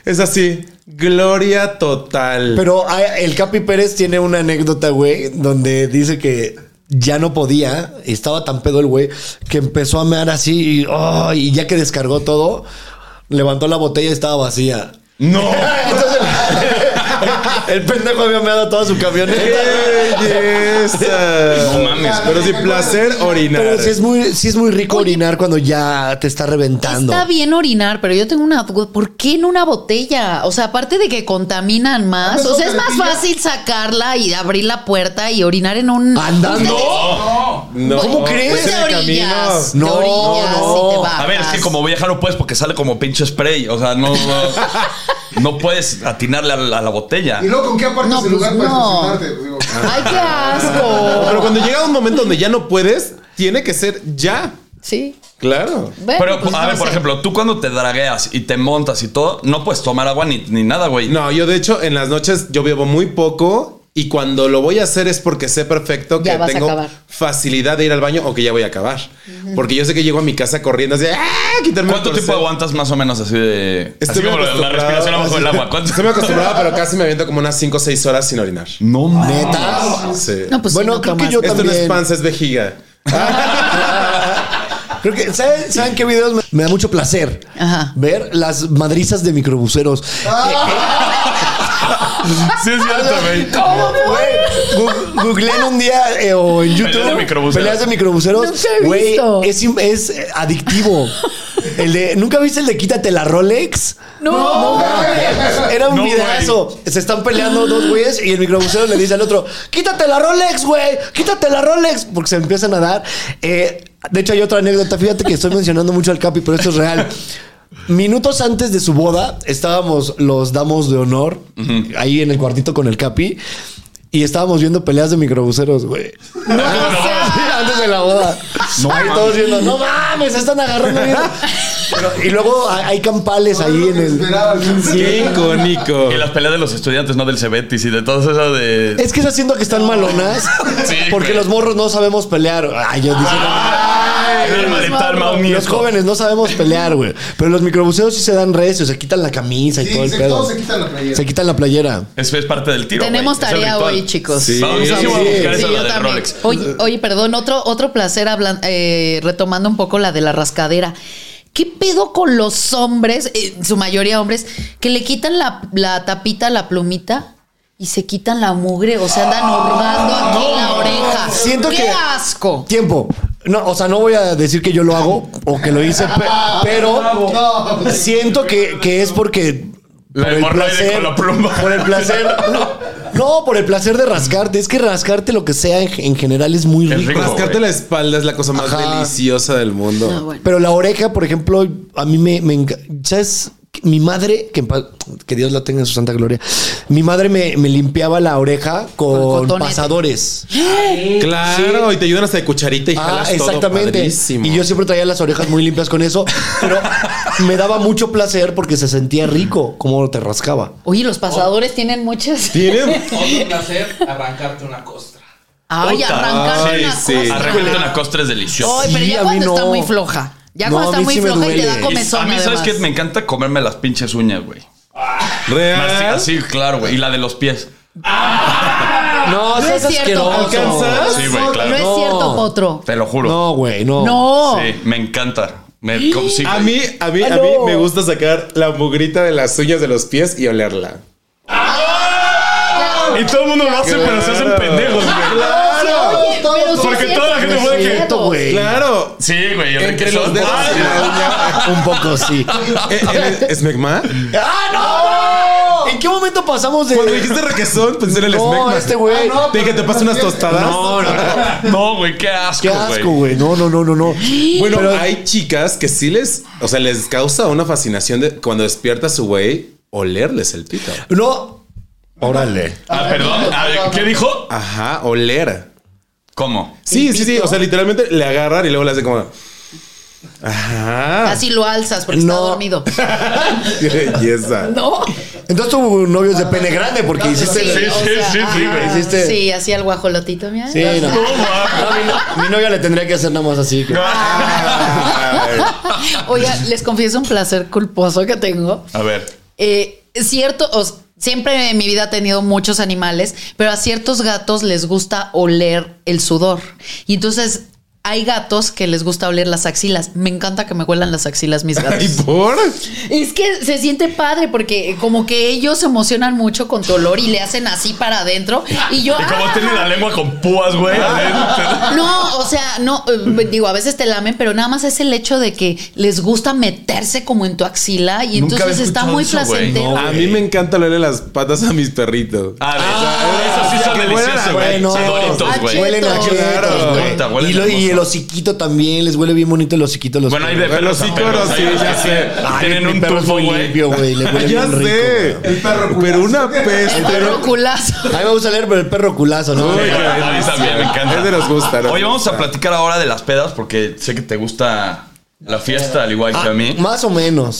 [SPEAKER 3] es así, gloria total.
[SPEAKER 2] Pero ah, el Capi Pérez tiene una anécdota, güey, donde dice que ya no podía, estaba tan pedo el güey, que empezó a mear así y, oh, y ya que descargó todo, levantó la botella y estaba vacía.
[SPEAKER 3] no.
[SPEAKER 2] Entonces el, el pendejo había meado toda su camioneta.
[SPEAKER 3] Belleza.
[SPEAKER 1] No mames.
[SPEAKER 3] Pero sí, placer orinar.
[SPEAKER 2] Pero sí es muy, sí es muy rico orinar cuando ya te está reventando.
[SPEAKER 4] Está bien orinar, pero yo tengo una duda. ¿Por qué en una botella? O sea, aparte de que contaminan más, o sea, es más fácil sacarla y abrir la puerta y orinar en un.
[SPEAKER 2] Andando.
[SPEAKER 1] No.
[SPEAKER 3] No,
[SPEAKER 2] ¿Cómo
[SPEAKER 3] pues
[SPEAKER 2] crees?
[SPEAKER 3] en
[SPEAKER 4] Te
[SPEAKER 3] el
[SPEAKER 4] orillas,
[SPEAKER 3] camino.
[SPEAKER 2] No,
[SPEAKER 4] te orillas
[SPEAKER 2] no.
[SPEAKER 4] y te bajas.
[SPEAKER 1] A ver, es que como viaja no puedes porque sale como pinche spray. O sea, no. No, no puedes atinarle a la, a la botella.
[SPEAKER 6] Y luego, ¿con qué apartas
[SPEAKER 4] No,
[SPEAKER 6] el lugar
[SPEAKER 4] pues,
[SPEAKER 6] para
[SPEAKER 4] no.
[SPEAKER 6] estacionarte? Pues, digo,
[SPEAKER 4] Ay, qué asco.
[SPEAKER 3] Pero cuando llega un momento donde ya no puedes, tiene que ser ya.
[SPEAKER 4] Sí.
[SPEAKER 3] Claro.
[SPEAKER 4] Bueno,
[SPEAKER 1] Pero,
[SPEAKER 4] pues,
[SPEAKER 1] a
[SPEAKER 4] no
[SPEAKER 1] ver, por
[SPEAKER 4] sé.
[SPEAKER 1] ejemplo, tú cuando te dragueas y te montas y todo, no puedes tomar agua ni, ni nada, güey.
[SPEAKER 3] No, yo de hecho en las noches yo bebo muy poco y cuando lo voy a hacer es porque sé perfecto que
[SPEAKER 4] Ya vas a
[SPEAKER 3] tengo
[SPEAKER 4] acabar.
[SPEAKER 3] facilidad de ir al baño o que ya voy a acabar. Porque yo sé que llego a mi casa corriendo así, ¡ah! Quitarme el
[SPEAKER 1] ¿Cuánto
[SPEAKER 3] corset.
[SPEAKER 1] tiempo aguantas más o menos así de.
[SPEAKER 3] Estoy
[SPEAKER 1] así
[SPEAKER 3] muy
[SPEAKER 1] como la- la
[SPEAKER 3] acostumbrado.
[SPEAKER 1] respiración abajo del agua. ¿Cuánto?
[SPEAKER 3] Estoy muy acostumbrado, pero casi me aviento como unas 5 o 6 horas sin orinar.
[SPEAKER 1] No mames.
[SPEAKER 2] Neta.
[SPEAKER 3] Sí.
[SPEAKER 4] No, pues sí,
[SPEAKER 2] Bueno,
[SPEAKER 4] no
[SPEAKER 2] creo que
[SPEAKER 4] tomas.
[SPEAKER 2] yo
[SPEAKER 3] Esto no es
[SPEAKER 2] también.
[SPEAKER 3] panza, es vejiga.
[SPEAKER 2] Creo que, ¿saben, saben qué videos me, me da mucho placer?
[SPEAKER 4] Ajá.
[SPEAKER 2] Ver las madrizas de microbuseros.
[SPEAKER 1] Sí, es cierto, güey.
[SPEAKER 2] Gu- Googleen un día eh, o en YouTube.
[SPEAKER 1] Peleas de microbuseros.
[SPEAKER 2] Peleas de microbuseros.
[SPEAKER 4] Nunca he
[SPEAKER 2] Güey,
[SPEAKER 4] visto.
[SPEAKER 2] es, im- es eh, adictivo. El de, ¿Nunca viste el de quítate la Rolex?
[SPEAKER 4] No.
[SPEAKER 2] Era un
[SPEAKER 1] No,
[SPEAKER 2] videazo. Se están peleando dos güeyes y el microbusero le dice al otro: Quítate la Rolex, güey, quítate la Rolex. Porque se empiezan a dar. Eh, de hecho, hay otra anécdota. Fíjate que estoy mencionando mucho al Capi, pero esto es real. Minutos antes de su boda, estábamos los damos de honor ahí en el cuartito con el Capi y estábamos viendo peleas de microbuseros, güey. antes de la boda. y todos viendo, no mames, se están agarrando. bien". Pero- y luego hay hay campales ahí en el.
[SPEAKER 6] esperaba, sí.
[SPEAKER 3] Qué icónico.
[SPEAKER 1] Y las peleas de los estudiantes, no del Cebetis y de todas esas de.
[SPEAKER 2] Es que es haciendo que están malonas.
[SPEAKER 1] Sí,
[SPEAKER 2] porque
[SPEAKER 1] güey.
[SPEAKER 2] los morros no sabemos pelear. Ay, yo diciendo.
[SPEAKER 1] Ay,
[SPEAKER 4] Ay,
[SPEAKER 1] El alma de
[SPEAKER 4] Dios,
[SPEAKER 1] Talma,
[SPEAKER 4] Mauro.
[SPEAKER 1] un
[SPEAKER 2] Los
[SPEAKER 1] nieto.
[SPEAKER 2] jóvenes no sabemos pelear, güey. Pero los microbuceos sí se dan recio, se quitan la camisa y
[SPEAKER 6] Sí,
[SPEAKER 2] todo el
[SPEAKER 6] se-
[SPEAKER 2] pedo.
[SPEAKER 6] todos se quitan la playera.
[SPEAKER 2] Se quitan la playera.
[SPEAKER 1] Eso es parte del tiro.
[SPEAKER 4] Tenemos
[SPEAKER 1] güey. Es el
[SPEAKER 4] tarea
[SPEAKER 1] ritual.
[SPEAKER 4] hoy, chicos.
[SPEAKER 3] Sí.
[SPEAKER 1] Vamos, yo sí voy a buscar
[SPEAKER 4] Sí,
[SPEAKER 1] esa la
[SPEAKER 4] yo
[SPEAKER 1] de
[SPEAKER 4] también.
[SPEAKER 1] Rolex.
[SPEAKER 4] Oye, oye, perdón, otro, otro placer hablan- eh, retomando un poco la de la rascadera. ¿Qué pedo con los hombres, eh, en su mayoría hombres, que le quitan la, la tapita, la plumita y se quitan la mugre? O sea, andan hurgando aquí en la oreja.
[SPEAKER 2] Siento
[SPEAKER 4] ¡Qué
[SPEAKER 2] que-
[SPEAKER 4] asco!
[SPEAKER 2] Tiempo. No, o sea, no voy a decir que yo lo hago o que lo hice, pe-
[SPEAKER 1] Ah,
[SPEAKER 2] pero siento que, que es porque.
[SPEAKER 1] La
[SPEAKER 2] por el
[SPEAKER 1] hemorroide
[SPEAKER 2] placer-
[SPEAKER 1] con la pluma.
[SPEAKER 2] Por el placer. No, por el placer de rascarte. Es que rascarte lo que sea en, en general es muy
[SPEAKER 1] Es
[SPEAKER 2] rico.
[SPEAKER 1] rico.
[SPEAKER 3] Rascarte
[SPEAKER 1] güey.
[SPEAKER 3] la espalda es la cosa más
[SPEAKER 2] Ajá.
[SPEAKER 3] deliciosa del mundo.
[SPEAKER 4] No, bueno.
[SPEAKER 2] Pero la oreja, por ejemplo, a mí me, me enca- ¿Sabes? Mi madre, que, en paz- que Dios la tenga en su santa gloria, mi madre me, me limpiaba la oreja con,
[SPEAKER 4] cotonete.
[SPEAKER 2] pasadores.
[SPEAKER 3] Claro, y te ayudan hasta de cucharita y
[SPEAKER 2] Ah,
[SPEAKER 3] jalas todo
[SPEAKER 2] exactamente.
[SPEAKER 3] padrísimo.
[SPEAKER 2] Y yo siempre traía las orejas muy limpias con eso, pero me daba mucho placer porque se sentía rico como te rascaba.
[SPEAKER 4] Oye, los pasadores tienen muchas.
[SPEAKER 3] ¿Tienen?
[SPEAKER 7] Otro placer, arrancarte una costra.
[SPEAKER 4] Ay,
[SPEAKER 1] Puta.
[SPEAKER 4] arrancar
[SPEAKER 3] Ay,
[SPEAKER 4] una
[SPEAKER 3] sí.
[SPEAKER 4] cosa.
[SPEAKER 1] Arreglarte una costra es delicioso.
[SPEAKER 4] Ay, pero
[SPEAKER 2] Sí,
[SPEAKER 4] ya
[SPEAKER 2] a mí
[SPEAKER 4] cuando está
[SPEAKER 2] no.
[SPEAKER 4] muy floja. Ya
[SPEAKER 2] No,
[SPEAKER 4] cuando
[SPEAKER 2] a
[SPEAKER 4] está
[SPEAKER 2] mí
[SPEAKER 4] muy
[SPEAKER 2] sí me
[SPEAKER 4] floja y te da
[SPEAKER 2] duele.
[SPEAKER 1] Y
[SPEAKER 4] comezón.
[SPEAKER 1] a mí, ¿sabes
[SPEAKER 4] además.
[SPEAKER 1] qué? Me encanta comerme las pinches uñas, güey.
[SPEAKER 3] ¿Real? ¿Eh?
[SPEAKER 1] Mastica- Sí, claro, güey. Y la de los pies.
[SPEAKER 2] No,
[SPEAKER 4] No es
[SPEAKER 2] seas
[SPEAKER 4] cierto,
[SPEAKER 2] asqueroso.
[SPEAKER 3] ¿Alcanzas?
[SPEAKER 1] Sí, güey, claro.
[SPEAKER 4] No es cierto, Potro.
[SPEAKER 1] Te lo juro.
[SPEAKER 2] No, güey, no.
[SPEAKER 4] No.
[SPEAKER 1] Sí, me encanta.
[SPEAKER 4] ¿Eh?
[SPEAKER 1] Me, com- sí,
[SPEAKER 3] A
[SPEAKER 1] güey.
[SPEAKER 3] mí, a mí, a mí
[SPEAKER 2] Ah,
[SPEAKER 3] me gusta sacar la mugrita de las uñas de los pies y olerla.
[SPEAKER 1] Y todo el mundo lo hace, pero se hacen pendejos, güey.
[SPEAKER 4] Oye, pero sí
[SPEAKER 1] Porque
[SPEAKER 4] es
[SPEAKER 1] toda la
[SPEAKER 4] cierto,
[SPEAKER 1] gente
[SPEAKER 4] sí
[SPEAKER 1] fue de
[SPEAKER 4] es
[SPEAKER 1] que-
[SPEAKER 4] cierto.
[SPEAKER 2] güey.
[SPEAKER 3] Claro.
[SPEAKER 1] Sí, güey. el
[SPEAKER 3] Entre
[SPEAKER 1] que
[SPEAKER 3] los
[SPEAKER 1] son- Ah,
[SPEAKER 3] dedos y la
[SPEAKER 2] Un poco sí.
[SPEAKER 3] uña. ¿Eh, eh, ¿Es Megma?
[SPEAKER 2] ¡Ah, no! ¿En qué momento pasamos de.?
[SPEAKER 3] Cuando dijiste requesón, pensé en el
[SPEAKER 2] No,
[SPEAKER 3] Smegma.
[SPEAKER 2] este güey.
[SPEAKER 4] Ah,
[SPEAKER 3] Te dije, ¿te paso unas tostadas?
[SPEAKER 2] No, no, no.
[SPEAKER 1] No, güey, qué asco,
[SPEAKER 2] Qué asco, güey. No, no, no, no, no.
[SPEAKER 3] Bueno,
[SPEAKER 2] Pero-
[SPEAKER 3] hay chicas que sí les, o sea, les causa una fascinación de cuando despierta su güey olerles el pito.
[SPEAKER 2] No. Órale.
[SPEAKER 1] Ah, perdón. A ver, ¿Qué dijo?
[SPEAKER 3] Ajá, oler.
[SPEAKER 1] ¿Cómo?
[SPEAKER 3] Sí, sí, sí. O sea, literalmente le agarran y luego le hacen como. Ajá.
[SPEAKER 4] Así lo alzas porque está
[SPEAKER 2] No.
[SPEAKER 4] dormido.
[SPEAKER 3] Belleza.
[SPEAKER 4] No.
[SPEAKER 2] Entonces tu novio es de pene grande porque hiciste.
[SPEAKER 1] Sí, sí, sí, sí, güey.
[SPEAKER 2] Hiciste-
[SPEAKER 4] Sí, así al guajolotito, mira.
[SPEAKER 2] Sí, no. No, mi, no- mi novia le tendría que hacer nada más así. güey.
[SPEAKER 4] Oye, les confieso un placer culposo que tengo.
[SPEAKER 1] A ver.
[SPEAKER 4] Eh, cierto, o s- siempre en mi vida he tenido muchos animales, pero a ciertos gatos les gusta oler el sudor. Y entonces hay gatos que les gusta oler las axilas. Me encanta que me huelan las axilas mis
[SPEAKER 3] ¿Y
[SPEAKER 4] gatos.
[SPEAKER 3] por?
[SPEAKER 4] Es que se siente padre porque como que ellos se emocionan mucho con tu olor y le hacen así para adentro. Y yo...
[SPEAKER 1] Y como
[SPEAKER 4] ¡ah!
[SPEAKER 1] tiene la lengua con púas, güey. adentro.
[SPEAKER 4] No, o sea, no, eh, digo, a veces te lamen, pero nada más es el hecho de que les gusta meterse como en tu axila y
[SPEAKER 1] Nunca
[SPEAKER 4] entonces
[SPEAKER 1] había
[SPEAKER 4] está
[SPEAKER 1] escuchado
[SPEAKER 4] muy
[SPEAKER 1] eso, güey.
[SPEAKER 4] placentero.
[SPEAKER 3] A mí me encanta olerle las patas a mis perritos.
[SPEAKER 1] Ah,
[SPEAKER 2] Ah,
[SPEAKER 1] eso sí son
[SPEAKER 2] que huelen a
[SPEAKER 1] deliciosos, güey.
[SPEAKER 2] bueno.
[SPEAKER 1] Son doritos,
[SPEAKER 4] Ah,
[SPEAKER 1] güey.
[SPEAKER 4] chido.
[SPEAKER 2] Huelen a
[SPEAKER 4] Chetos,
[SPEAKER 2] chetos,
[SPEAKER 3] claro.
[SPEAKER 1] Puta,
[SPEAKER 2] güey.
[SPEAKER 1] huelen
[SPEAKER 2] Y, lo- y
[SPEAKER 1] hermoso.
[SPEAKER 2] el hociquito también. Les huele bien bonito el hociquito. a Los
[SPEAKER 1] Bueno, hay de
[SPEAKER 2] perros.
[SPEAKER 1] perros a
[SPEAKER 3] Los
[SPEAKER 1] perros.
[SPEAKER 3] íconos,
[SPEAKER 1] hay
[SPEAKER 3] sí, ya
[SPEAKER 1] que
[SPEAKER 3] sé.
[SPEAKER 1] Tienen
[SPEAKER 2] mi
[SPEAKER 1] un
[SPEAKER 2] perro es
[SPEAKER 1] tufo,
[SPEAKER 2] muy
[SPEAKER 1] güey.
[SPEAKER 2] limpio, güey. Le huele
[SPEAKER 3] Ya
[SPEAKER 2] bien rico,
[SPEAKER 3] sé.
[SPEAKER 2] güey.
[SPEAKER 3] El perro Pero una peste.
[SPEAKER 4] El perro culazo.
[SPEAKER 2] A mí me gusta leer, pero el perro culazo, ¿no?
[SPEAKER 3] Uy, qué
[SPEAKER 1] A mí también me encanta.
[SPEAKER 3] Es de los gusta. nos
[SPEAKER 1] Oye, vamos a
[SPEAKER 3] gusta.
[SPEAKER 1] platicar ahora de las pedas porque sé que te gusta la fiesta al igual que a mí.
[SPEAKER 2] Más o menos.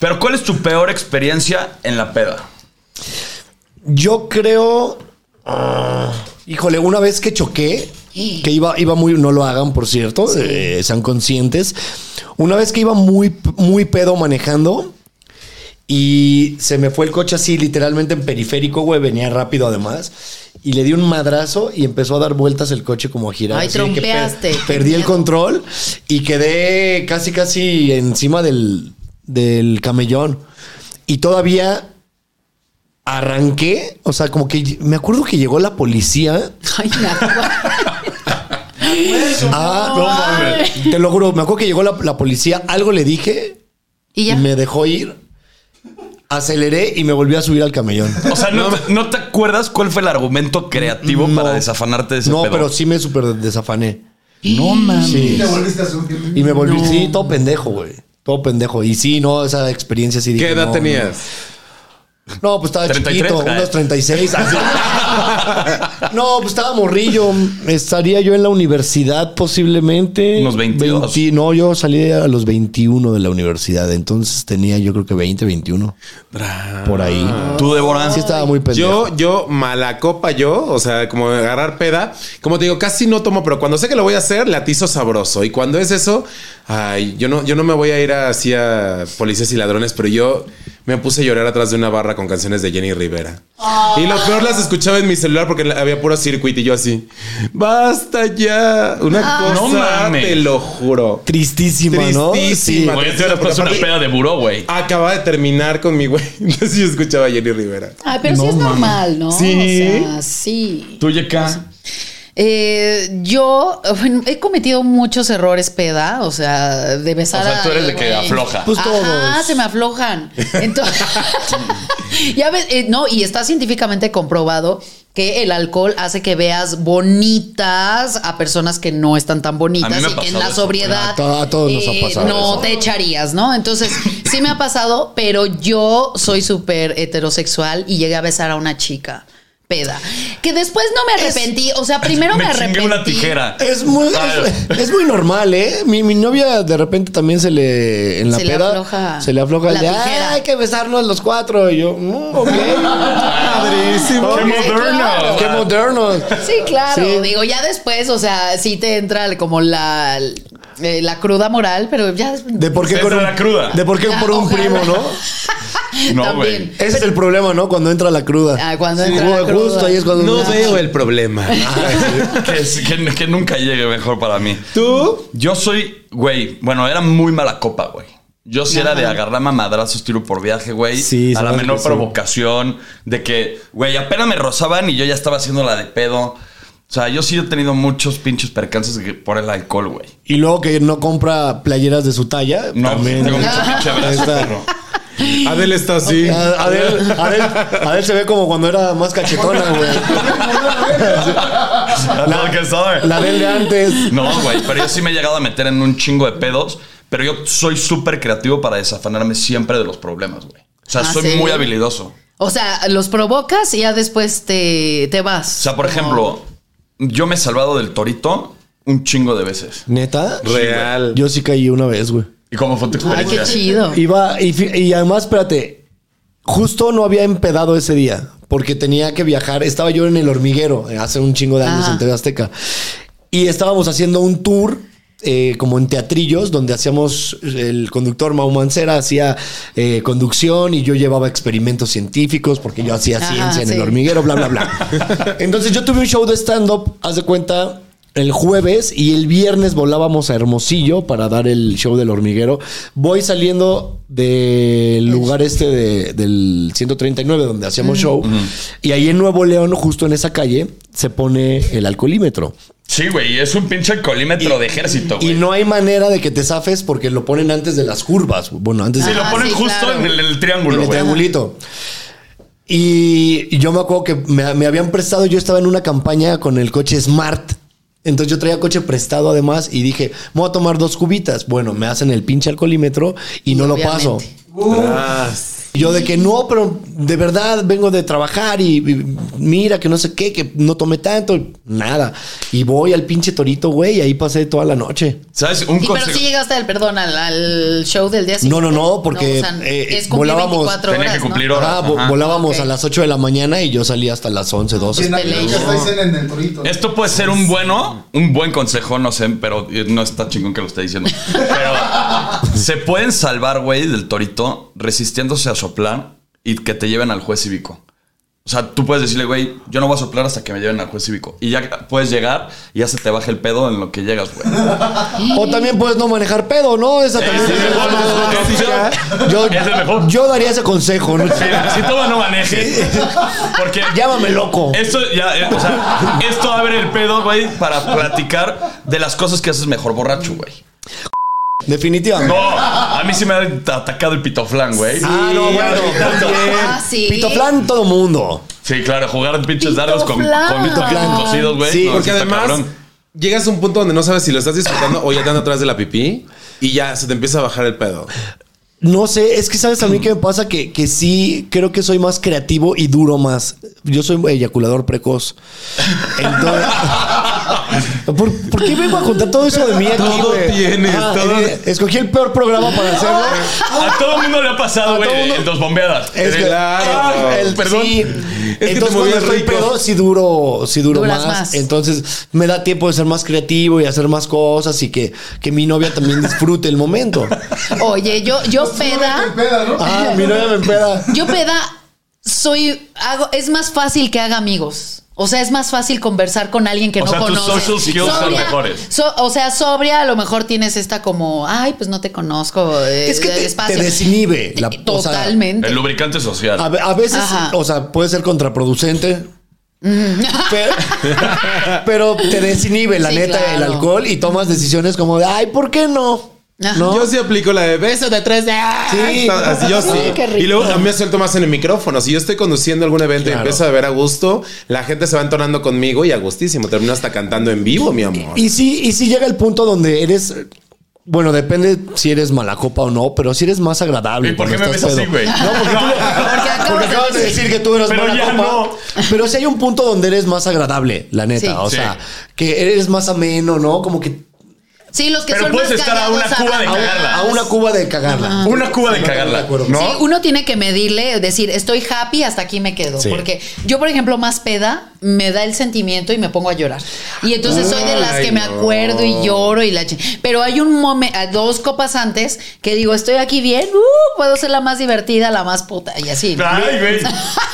[SPEAKER 1] Pero ¿cuál es tu peor experiencia en la peda?
[SPEAKER 2] Yo creo. ah, híjole, una vez que choqué, que iba, iba muy. No lo hagan, por cierto, eh, sean conscientes. Una vez que iba muy, muy pedo manejando y se me fue el coche así, literalmente en periférico, güey, venía rápido además. Y le di un madrazo y empezó a dar vueltas el coche como a girar.
[SPEAKER 4] Ay,
[SPEAKER 2] así de que per-
[SPEAKER 4] trompeaste.
[SPEAKER 2] perdí el control y quedé casi, casi encima del, del camellón. Y todavía arranqué, o sea, como que ll- me acuerdo que llegó la policía.
[SPEAKER 4] Ay, me acuerdo.
[SPEAKER 2] Ah,
[SPEAKER 4] no mames.
[SPEAKER 2] Te lo juro, me acuerdo que llegó la, la policía, algo le dije
[SPEAKER 4] Y ya.
[SPEAKER 2] y me dejó ir. Aceleré y me volví a subir al camellón.
[SPEAKER 1] O sea, ¿no, te, no te acuerdas cuál fue el argumento creativo para desafanarte de ese
[SPEAKER 2] No,
[SPEAKER 1] pedo?
[SPEAKER 2] pero sí me súper desafané.
[SPEAKER 1] No mames.
[SPEAKER 2] Sí.
[SPEAKER 6] Te volviste a subir.
[SPEAKER 2] Y me volví, sí, todo pendejo, güey. Todo pendejo. Y sí, no, esa experiencia sí.
[SPEAKER 3] ¿Qué
[SPEAKER 2] dije,
[SPEAKER 3] edad
[SPEAKER 2] no,
[SPEAKER 3] tenías?
[SPEAKER 2] No, No, pues estaba
[SPEAKER 1] 33,
[SPEAKER 2] chiquito,
[SPEAKER 3] Ah.
[SPEAKER 1] caray.
[SPEAKER 2] unos 36. así. no, pues estaba morrillo. Estaría yo en la universidad posiblemente.
[SPEAKER 1] Unos 22.
[SPEAKER 2] 20 no, yo salí a los 21 de la universidad. Entonces tenía yo creo que 20, 21. Por ahí.
[SPEAKER 1] ¿Tú, Débora?
[SPEAKER 2] Sí estaba muy pendejo.
[SPEAKER 3] Yo, yo, mala copa, yo, o sea, como agarrar peda. Como te digo, casi no tomo, pero cuando sé que lo voy a hacer, le atizo sabroso. Y cuando es eso, ay, yo no, yo no me voy a ir así a policías y ladrones, pero yo me puse a llorar atrás de una barra con canciones de Jenny Rivera. Y lo peor las escuchaba en mi celular porque la- había puro circuito y yo así. Basta ya. Una
[SPEAKER 1] No
[SPEAKER 3] cosa,
[SPEAKER 1] mames.
[SPEAKER 3] te lo juro.
[SPEAKER 2] Tristísima, ¿no? Sí.
[SPEAKER 3] Tristísima.
[SPEAKER 1] Güey, te hubieras
[SPEAKER 3] Porque
[SPEAKER 1] puesto una
[SPEAKER 3] aparte-
[SPEAKER 1] peda de buró, güey.
[SPEAKER 3] Acaba de terminar con mi güey. Entonces yo escuchaba a Jenny Rivera.
[SPEAKER 4] Ay, Ah, pero sí es normal, ¿no?
[SPEAKER 3] Sí.
[SPEAKER 4] O sea, sí.
[SPEAKER 1] ¿Tú, Yeka?
[SPEAKER 4] Eh, yo bueno, he cometido muchos errores, peda. O sea, de
[SPEAKER 1] O
[SPEAKER 4] besar
[SPEAKER 1] sea, tú
[SPEAKER 4] a-
[SPEAKER 1] eres de que
[SPEAKER 4] güey.
[SPEAKER 1] afloja.
[SPEAKER 2] Pues
[SPEAKER 4] Ajá,
[SPEAKER 2] todos.
[SPEAKER 4] se me aflojan. Entonces, ya ves, eh, no, y está científicamente comprobado que el alcohol hace que veas bonitas a personas que no están tan bonitas
[SPEAKER 1] A mí me ha
[SPEAKER 4] y que en
[SPEAKER 1] pasado
[SPEAKER 4] la
[SPEAKER 1] eso,
[SPEAKER 4] sobriedad eh,
[SPEAKER 2] a to- a todos nos ha pasado
[SPEAKER 4] no
[SPEAKER 2] eso.
[SPEAKER 4] te echarías, ¿no? Entonces, sí me ha pasado, pero yo soy súper heterosexual y llegué a besar a una chica peda, que después no me arrepentí, o sea, primero me,
[SPEAKER 1] me
[SPEAKER 4] arrepentí.
[SPEAKER 1] chingué una tijera. Ah,
[SPEAKER 2] Es muy, es, es muy normal, ¿eh? Mi, mi novia de repente también se le. En la
[SPEAKER 4] Se le
[SPEAKER 2] peda.
[SPEAKER 4] afloja
[SPEAKER 2] se le afloja el
[SPEAKER 4] la
[SPEAKER 2] de,
[SPEAKER 4] tijera.
[SPEAKER 2] "Ay, hay que besarnos los cuatro. Y yo, mm, ok. Padrísimo.
[SPEAKER 1] ¡Qué moderno!
[SPEAKER 4] claro.
[SPEAKER 2] Qué moderno.
[SPEAKER 4] Sí, claro.
[SPEAKER 2] Sí.
[SPEAKER 4] Digo, ya después, o sea, sí te entra como la, eh, la cruda moral, pero ya.
[SPEAKER 2] De por qué
[SPEAKER 1] Esa era la cruda.
[SPEAKER 2] De por qué
[SPEAKER 4] Ya,
[SPEAKER 2] por un
[SPEAKER 4] ojalá.
[SPEAKER 2] primo, ¿no?
[SPEAKER 1] No,
[SPEAKER 4] También.
[SPEAKER 1] güey.
[SPEAKER 2] Ese es el problema, ¿no? Cuando entra la cruda.
[SPEAKER 4] Ah, cuando entra la
[SPEAKER 2] Justo
[SPEAKER 4] cruda.
[SPEAKER 2] ahí es cuando.
[SPEAKER 3] No
[SPEAKER 2] Ah,
[SPEAKER 3] veo el problema.
[SPEAKER 1] Que, es- que- que nunca llegue mejor para mí.
[SPEAKER 3] ¿Tú?
[SPEAKER 1] Yo soy, güey, bueno, era muy mala copa, güey. Yo sí era de agarrar mamadrazos tiro por viaje, güey.
[SPEAKER 2] Sí,
[SPEAKER 1] a la
[SPEAKER 2] sabes
[SPEAKER 1] menor
[SPEAKER 2] que sí.
[SPEAKER 1] provocación. De que, güey, apenas me rozaban y yo ya estaba haciendo la de pedo. O sea, yo sí he tenido muchos pinches percances que- por el alcohol, güey.
[SPEAKER 2] Y luego que no compra playeras de su talla.
[SPEAKER 1] No,
[SPEAKER 2] también.
[SPEAKER 1] tengo mucho pinche
[SPEAKER 2] Ahí
[SPEAKER 1] abrazo,
[SPEAKER 2] está.
[SPEAKER 1] perro.
[SPEAKER 3] Adel está así.
[SPEAKER 2] A- Adel, Adel, Adel se ve como cuando era más cachetona, güey.
[SPEAKER 1] That's all I can say.
[SPEAKER 2] La Adel de antes.
[SPEAKER 1] No, güey, pero yo sí me he llegado a meter en un chingo de pedos, pero yo soy súper creativo para desafanarme siempre de los problemas, güey. O sea,
[SPEAKER 4] Ah,
[SPEAKER 1] soy
[SPEAKER 4] ¿sí?
[SPEAKER 1] muy habilidoso.
[SPEAKER 4] O sea, los provocas y ya después te, te vas.
[SPEAKER 1] O sea, por ejemplo, yo me he salvado del torito un chingo de veces.
[SPEAKER 2] Neta.
[SPEAKER 3] Real.
[SPEAKER 2] Yo sí caí una vez, güey.
[SPEAKER 1] ¿Y cómo fue tu
[SPEAKER 4] Ay,
[SPEAKER 1] experiencia?
[SPEAKER 4] qué chido.
[SPEAKER 2] Iba, y, fi- y además, espérate, justo no había empedado ese día, porque tenía que viajar. Estaba yo en el hormiguero eh, hace un chingo de años
[SPEAKER 4] Ajá.
[SPEAKER 2] en TV Azteca. Y estábamos haciendo un tour. eh, como en teatrillos, donde hacíamos el conductor Mau Mancera hacía eh, conducción y yo llevaba experimentos científicos porque yo hacía
[SPEAKER 4] Ajá,
[SPEAKER 2] ciencia en
[SPEAKER 4] sí.
[SPEAKER 2] el hormiguero, bla, bla, bla. Entonces yo tuve un show de stand-up, haz de cuenta, el jueves y el viernes volábamos a Hermosillo para dar el show del hormiguero. Voy saliendo del lugar este de- del 139 donde hacíamos show y ahí en Nuevo León, justo en esa calle, se pone el alcoholímetro.
[SPEAKER 1] Sí, güey, es un pinche colímetro de ejército,
[SPEAKER 2] Y
[SPEAKER 1] güey.
[SPEAKER 2] no hay manera de que te zafes porque lo ponen antes de las curvas. Bueno, antes
[SPEAKER 1] Sí,
[SPEAKER 2] de
[SPEAKER 1] lo
[SPEAKER 4] Ah,
[SPEAKER 1] ponen
[SPEAKER 4] sí,
[SPEAKER 1] justo
[SPEAKER 4] claro.
[SPEAKER 1] en el, el
[SPEAKER 2] en
[SPEAKER 1] triángulo,
[SPEAKER 2] el
[SPEAKER 1] güey.
[SPEAKER 2] triangulito. Y y yo me acuerdo que me, me habían prestado, yo estaba en una campaña con el coche Smart. Entonces yo traía coche prestado además y dije, me voy a tomar dos cubitas. Bueno, me hacen el pinche alcoholímetro y, no lo paso.
[SPEAKER 4] obviamente.
[SPEAKER 2] Y yo de que no, pero de verdad vengo de trabajar y, y mira que no sé qué, que no tomé tanto, nada. Y voy al pinche torito, güey, y ahí pasé toda la noche.
[SPEAKER 1] ¿Sabes? Un
[SPEAKER 4] Y pero
[SPEAKER 1] consejo.
[SPEAKER 4] sí llegaste al perdón al, al show del día
[SPEAKER 2] No,
[SPEAKER 4] siguiente.
[SPEAKER 2] no, no, porque, eh,
[SPEAKER 4] es cumplir
[SPEAKER 2] volábamos.
[SPEAKER 4] 24
[SPEAKER 1] Tenía
[SPEAKER 4] horas,
[SPEAKER 1] que
[SPEAKER 4] ¿no?
[SPEAKER 1] cumplir horas.
[SPEAKER 2] Ah, vo-
[SPEAKER 1] Ajá.
[SPEAKER 2] volábamos
[SPEAKER 4] Ok.
[SPEAKER 2] a las 8 de la mañana y yo salí hasta las 11, 12.
[SPEAKER 6] En
[SPEAKER 1] Este
[SPEAKER 6] la
[SPEAKER 4] Peleo.
[SPEAKER 6] plática estáis en el torito.
[SPEAKER 1] Esto puede ser un bueno, un buen consejo, no sé, pero eh, no está chingón que lo esté diciendo. Pero se pueden salvar, güey, del torito resistiéndose a soplar y que te lleven al juez cívico. O sea, tú puedes decirle, güey, yo no voy a soplar hasta que me lleven al juez cívico. Y ya puedes llegar y ya se te baja el pedo en lo que llegas, güey.
[SPEAKER 2] O también puedes no manejar pedo, ¿no? Esa también
[SPEAKER 1] Ese
[SPEAKER 2] es
[SPEAKER 1] es
[SPEAKER 2] una
[SPEAKER 1] el mejor
[SPEAKER 2] buena
[SPEAKER 1] consejo.
[SPEAKER 2] táctica. yo,
[SPEAKER 1] Es el mejor.
[SPEAKER 2] yo daría ese consejo. ¿no?
[SPEAKER 1] Sí, si toma, no manejes. Porque
[SPEAKER 2] Llámame loco.
[SPEAKER 1] Esto ya, eh, o sea, esto abre el pedo, güey, para platicar de las cosas que haces mejor borracho, güey. No,
[SPEAKER 2] Definitivamente.
[SPEAKER 1] a mí sí me ha at- atacado el pitoflán, güey.
[SPEAKER 2] Ah, no, bueno.
[SPEAKER 4] Ah, sí.
[SPEAKER 2] Pitoflan todo mundo.
[SPEAKER 1] Sí, claro, jugar pinches dardos con, con
[SPEAKER 4] Pitoflán.
[SPEAKER 1] pitoflán cocidos, güey.
[SPEAKER 2] Sí,
[SPEAKER 1] no,
[SPEAKER 3] Porque
[SPEAKER 1] está
[SPEAKER 3] además,
[SPEAKER 1] cabrón.
[SPEAKER 3] llegas a un punto donde no sabes si lo estás disfrutando o ya te anda atrás de la pipí y ya se te empieza a bajar el pedo.
[SPEAKER 2] No sé, es que sabes a mí que me pasa que, que sí creo que soy más creativo y duro más. Yo soy eyaculador precoz. Entonces. ¿Por, por qué vengo a contar todo eso de mí aquí?
[SPEAKER 3] Todo
[SPEAKER 2] güey?
[SPEAKER 3] tienes, todo-
[SPEAKER 2] eh, Escogí el peor programa para hacerlo.
[SPEAKER 1] A todo el mundo le ha pasado,
[SPEAKER 2] Ah. A
[SPEAKER 1] güey,
[SPEAKER 2] todo mundo.
[SPEAKER 1] en dos bombeadas.
[SPEAKER 2] Es que, ah,
[SPEAKER 3] Claro.
[SPEAKER 2] el- el-
[SPEAKER 3] Perdón.
[SPEAKER 2] sí.
[SPEAKER 3] Es que te
[SPEAKER 2] Entonces, cuando
[SPEAKER 3] movías
[SPEAKER 2] estoy
[SPEAKER 3] rico.
[SPEAKER 2] pedo, sí duro, sí duro
[SPEAKER 4] Duras
[SPEAKER 2] más.
[SPEAKER 4] más.
[SPEAKER 2] Entonces, me da tiempo de ser más creativo y hacer más cosas y que, que mi novia también disfrute el momento.
[SPEAKER 4] Oye, yo, yo
[SPEAKER 6] Qué
[SPEAKER 4] peda.
[SPEAKER 6] peda, ¿no?
[SPEAKER 2] Ah, mi novia me empeda.
[SPEAKER 4] Yo peda soy hago es más fácil que haga amigos. O sea, es más fácil conversar con alguien que
[SPEAKER 1] O
[SPEAKER 4] no
[SPEAKER 1] sea, tus
[SPEAKER 4] conoces.
[SPEAKER 1] social skills son mejores.
[SPEAKER 4] so- o sea, sobria a lo mejor tienes esta como, ay, pues no te conozco. eh,
[SPEAKER 2] Es que te-
[SPEAKER 4] despacio".
[SPEAKER 2] te desinhibe la- o sea,
[SPEAKER 4] Totalmente.
[SPEAKER 1] El lubricante social.
[SPEAKER 2] A, ve- a veces,
[SPEAKER 4] Ajá. Mm.
[SPEAKER 2] o sea, puede ser contraproducente. Pero, pero te desinhibe, la
[SPEAKER 4] Sí,
[SPEAKER 2] neta, el
[SPEAKER 4] claro.
[SPEAKER 2] alcohol y tomas decisiones como de, ay, ¿por qué no?
[SPEAKER 4] Ajá.
[SPEAKER 2] ¿No?
[SPEAKER 3] Yo sí aplico la de beso de tres de ah.
[SPEAKER 2] Sí.
[SPEAKER 3] así yo sí.
[SPEAKER 4] Ay, qué rico.
[SPEAKER 3] Y luego también suelto más en el micrófono. Si yo estoy conduciendo algún evento
[SPEAKER 2] Claro.
[SPEAKER 3] y empiezo a ver a gusto, la gente se va entonando conmigo y a gustísimo. Termino hasta cantando en vivo, mi amor.
[SPEAKER 2] Y sí, y sí llega el punto donde eres. Bueno, depende si eres mala copa o no, pero si eres más agradable.
[SPEAKER 1] ¿Y por qué
[SPEAKER 2] cuando
[SPEAKER 1] me ves
[SPEAKER 2] estás
[SPEAKER 1] así,
[SPEAKER 2] pedo.
[SPEAKER 1] güey?
[SPEAKER 2] No, porque, tú- porque
[SPEAKER 4] acabas
[SPEAKER 2] acabas,
[SPEAKER 4] de
[SPEAKER 2] de
[SPEAKER 4] decir.
[SPEAKER 2] decir que tú eras
[SPEAKER 1] Pero
[SPEAKER 2] mala
[SPEAKER 1] ya
[SPEAKER 2] copa.
[SPEAKER 1] no.
[SPEAKER 2] Pero sí hay un punto donde eres más agradable, la neta.
[SPEAKER 4] Sí.
[SPEAKER 2] O
[SPEAKER 1] Sí.
[SPEAKER 2] sea, que eres más ameno, ¿no? Como que
[SPEAKER 4] Sí, los que
[SPEAKER 1] Pero
[SPEAKER 4] son
[SPEAKER 1] puedes
[SPEAKER 4] más
[SPEAKER 1] estar a
[SPEAKER 4] callados,
[SPEAKER 1] una cuba de
[SPEAKER 2] a, un-
[SPEAKER 1] cagarla.
[SPEAKER 2] a una cuba de cagarla.
[SPEAKER 1] Una cuba de cagarla. ¿No?
[SPEAKER 4] Sí, uno tiene que medirle, decir, estoy happy, hasta aquí me quedo.
[SPEAKER 2] Sí.
[SPEAKER 4] Porque yo, por ejemplo, más peda, me da el sentimiento y me pongo a llorar. Y entonces soy de las
[SPEAKER 3] Ay,
[SPEAKER 4] que me
[SPEAKER 3] no.
[SPEAKER 4] acuerdo y lloro y la chi- Pero hay un momento, dos copas antes, que digo, estoy aquí bien, uh, puedo ser la más divertida, la más puta, y así.
[SPEAKER 1] Ay, güey.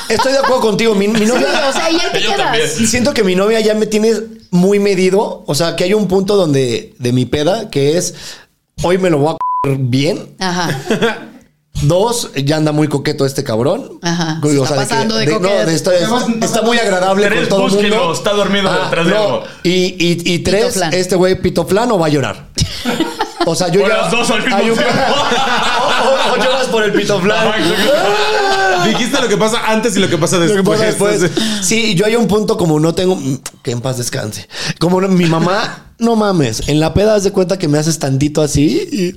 [SPEAKER 2] Estoy de acuerdo contigo. Mi, mi
[SPEAKER 4] Sí,
[SPEAKER 2] novia.
[SPEAKER 4] o sea, y ahí te
[SPEAKER 1] Yo
[SPEAKER 4] quedas.
[SPEAKER 1] también.
[SPEAKER 2] Siento que mi novia ya me tiene muy medido. O sea, que hay un punto donde de mi peda que es hoy me lo voy a c- bien.
[SPEAKER 4] Ajá.
[SPEAKER 2] Dos, ya anda muy coqueto este cabrón.
[SPEAKER 4] Ajá,
[SPEAKER 2] Digo,
[SPEAKER 4] se está pasando de
[SPEAKER 2] no,
[SPEAKER 4] coqueto.
[SPEAKER 2] está, está muy agradable
[SPEAKER 1] Tres,
[SPEAKER 2] con todo el
[SPEAKER 1] búsquenlo,
[SPEAKER 2] mundo. Ah,
[SPEAKER 1] está dormido detrás de algo.
[SPEAKER 2] Y, y, y tres,
[SPEAKER 4] Pitoflán.
[SPEAKER 2] este güey pitoflano va a llorar. O sea, yo
[SPEAKER 1] O
[SPEAKER 2] ya-
[SPEAKER 1] las dos al mismo
[SPEAKER 2] hay un-
[SPEAKER 1] tiempo.
[SPEAKER 2] o, o- o lloras por el pitoflano.
[SPEAKER 1] Ay, güey.
[SPEAKER 3] Dijiste lo que pasa antes y lo que pasa
[SPEAKER 2] Lo
[SPEAKER 3] después.
[SPEAKER 2] que pasa después. pues, Sí, yo hay un punto como no tengo. mm, Que en paz descanse. Como no- mi mamá, no mames. En la peda haz de cuenta que me haces tantito así. Y,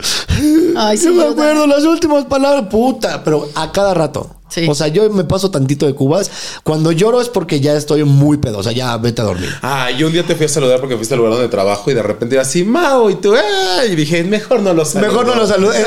[SPEAKER 4] Ay, sí,
[SPEAKER 2] yo me
[SPEAKER 4] yo
[SPEAKER 2] acuerdo las últimas palabras, puta. Pero a cada rato.
[SPEAKER 4] Sí.
[SPEAKER 2] O sea, yo me paso tantito de cubas. Cuando lloro es porque ya estoy muy pedo. O sea, ya vete a dormir.
[SPEAKER 3] Ah, yo un día te fui a saludar porque fuiste al lugar donde trabajo y de repente iba así, Mao, y tú, ¡eh! Y dije, mejor no lo saludo.
[SPEAKER 2] Mejor no lo saludes.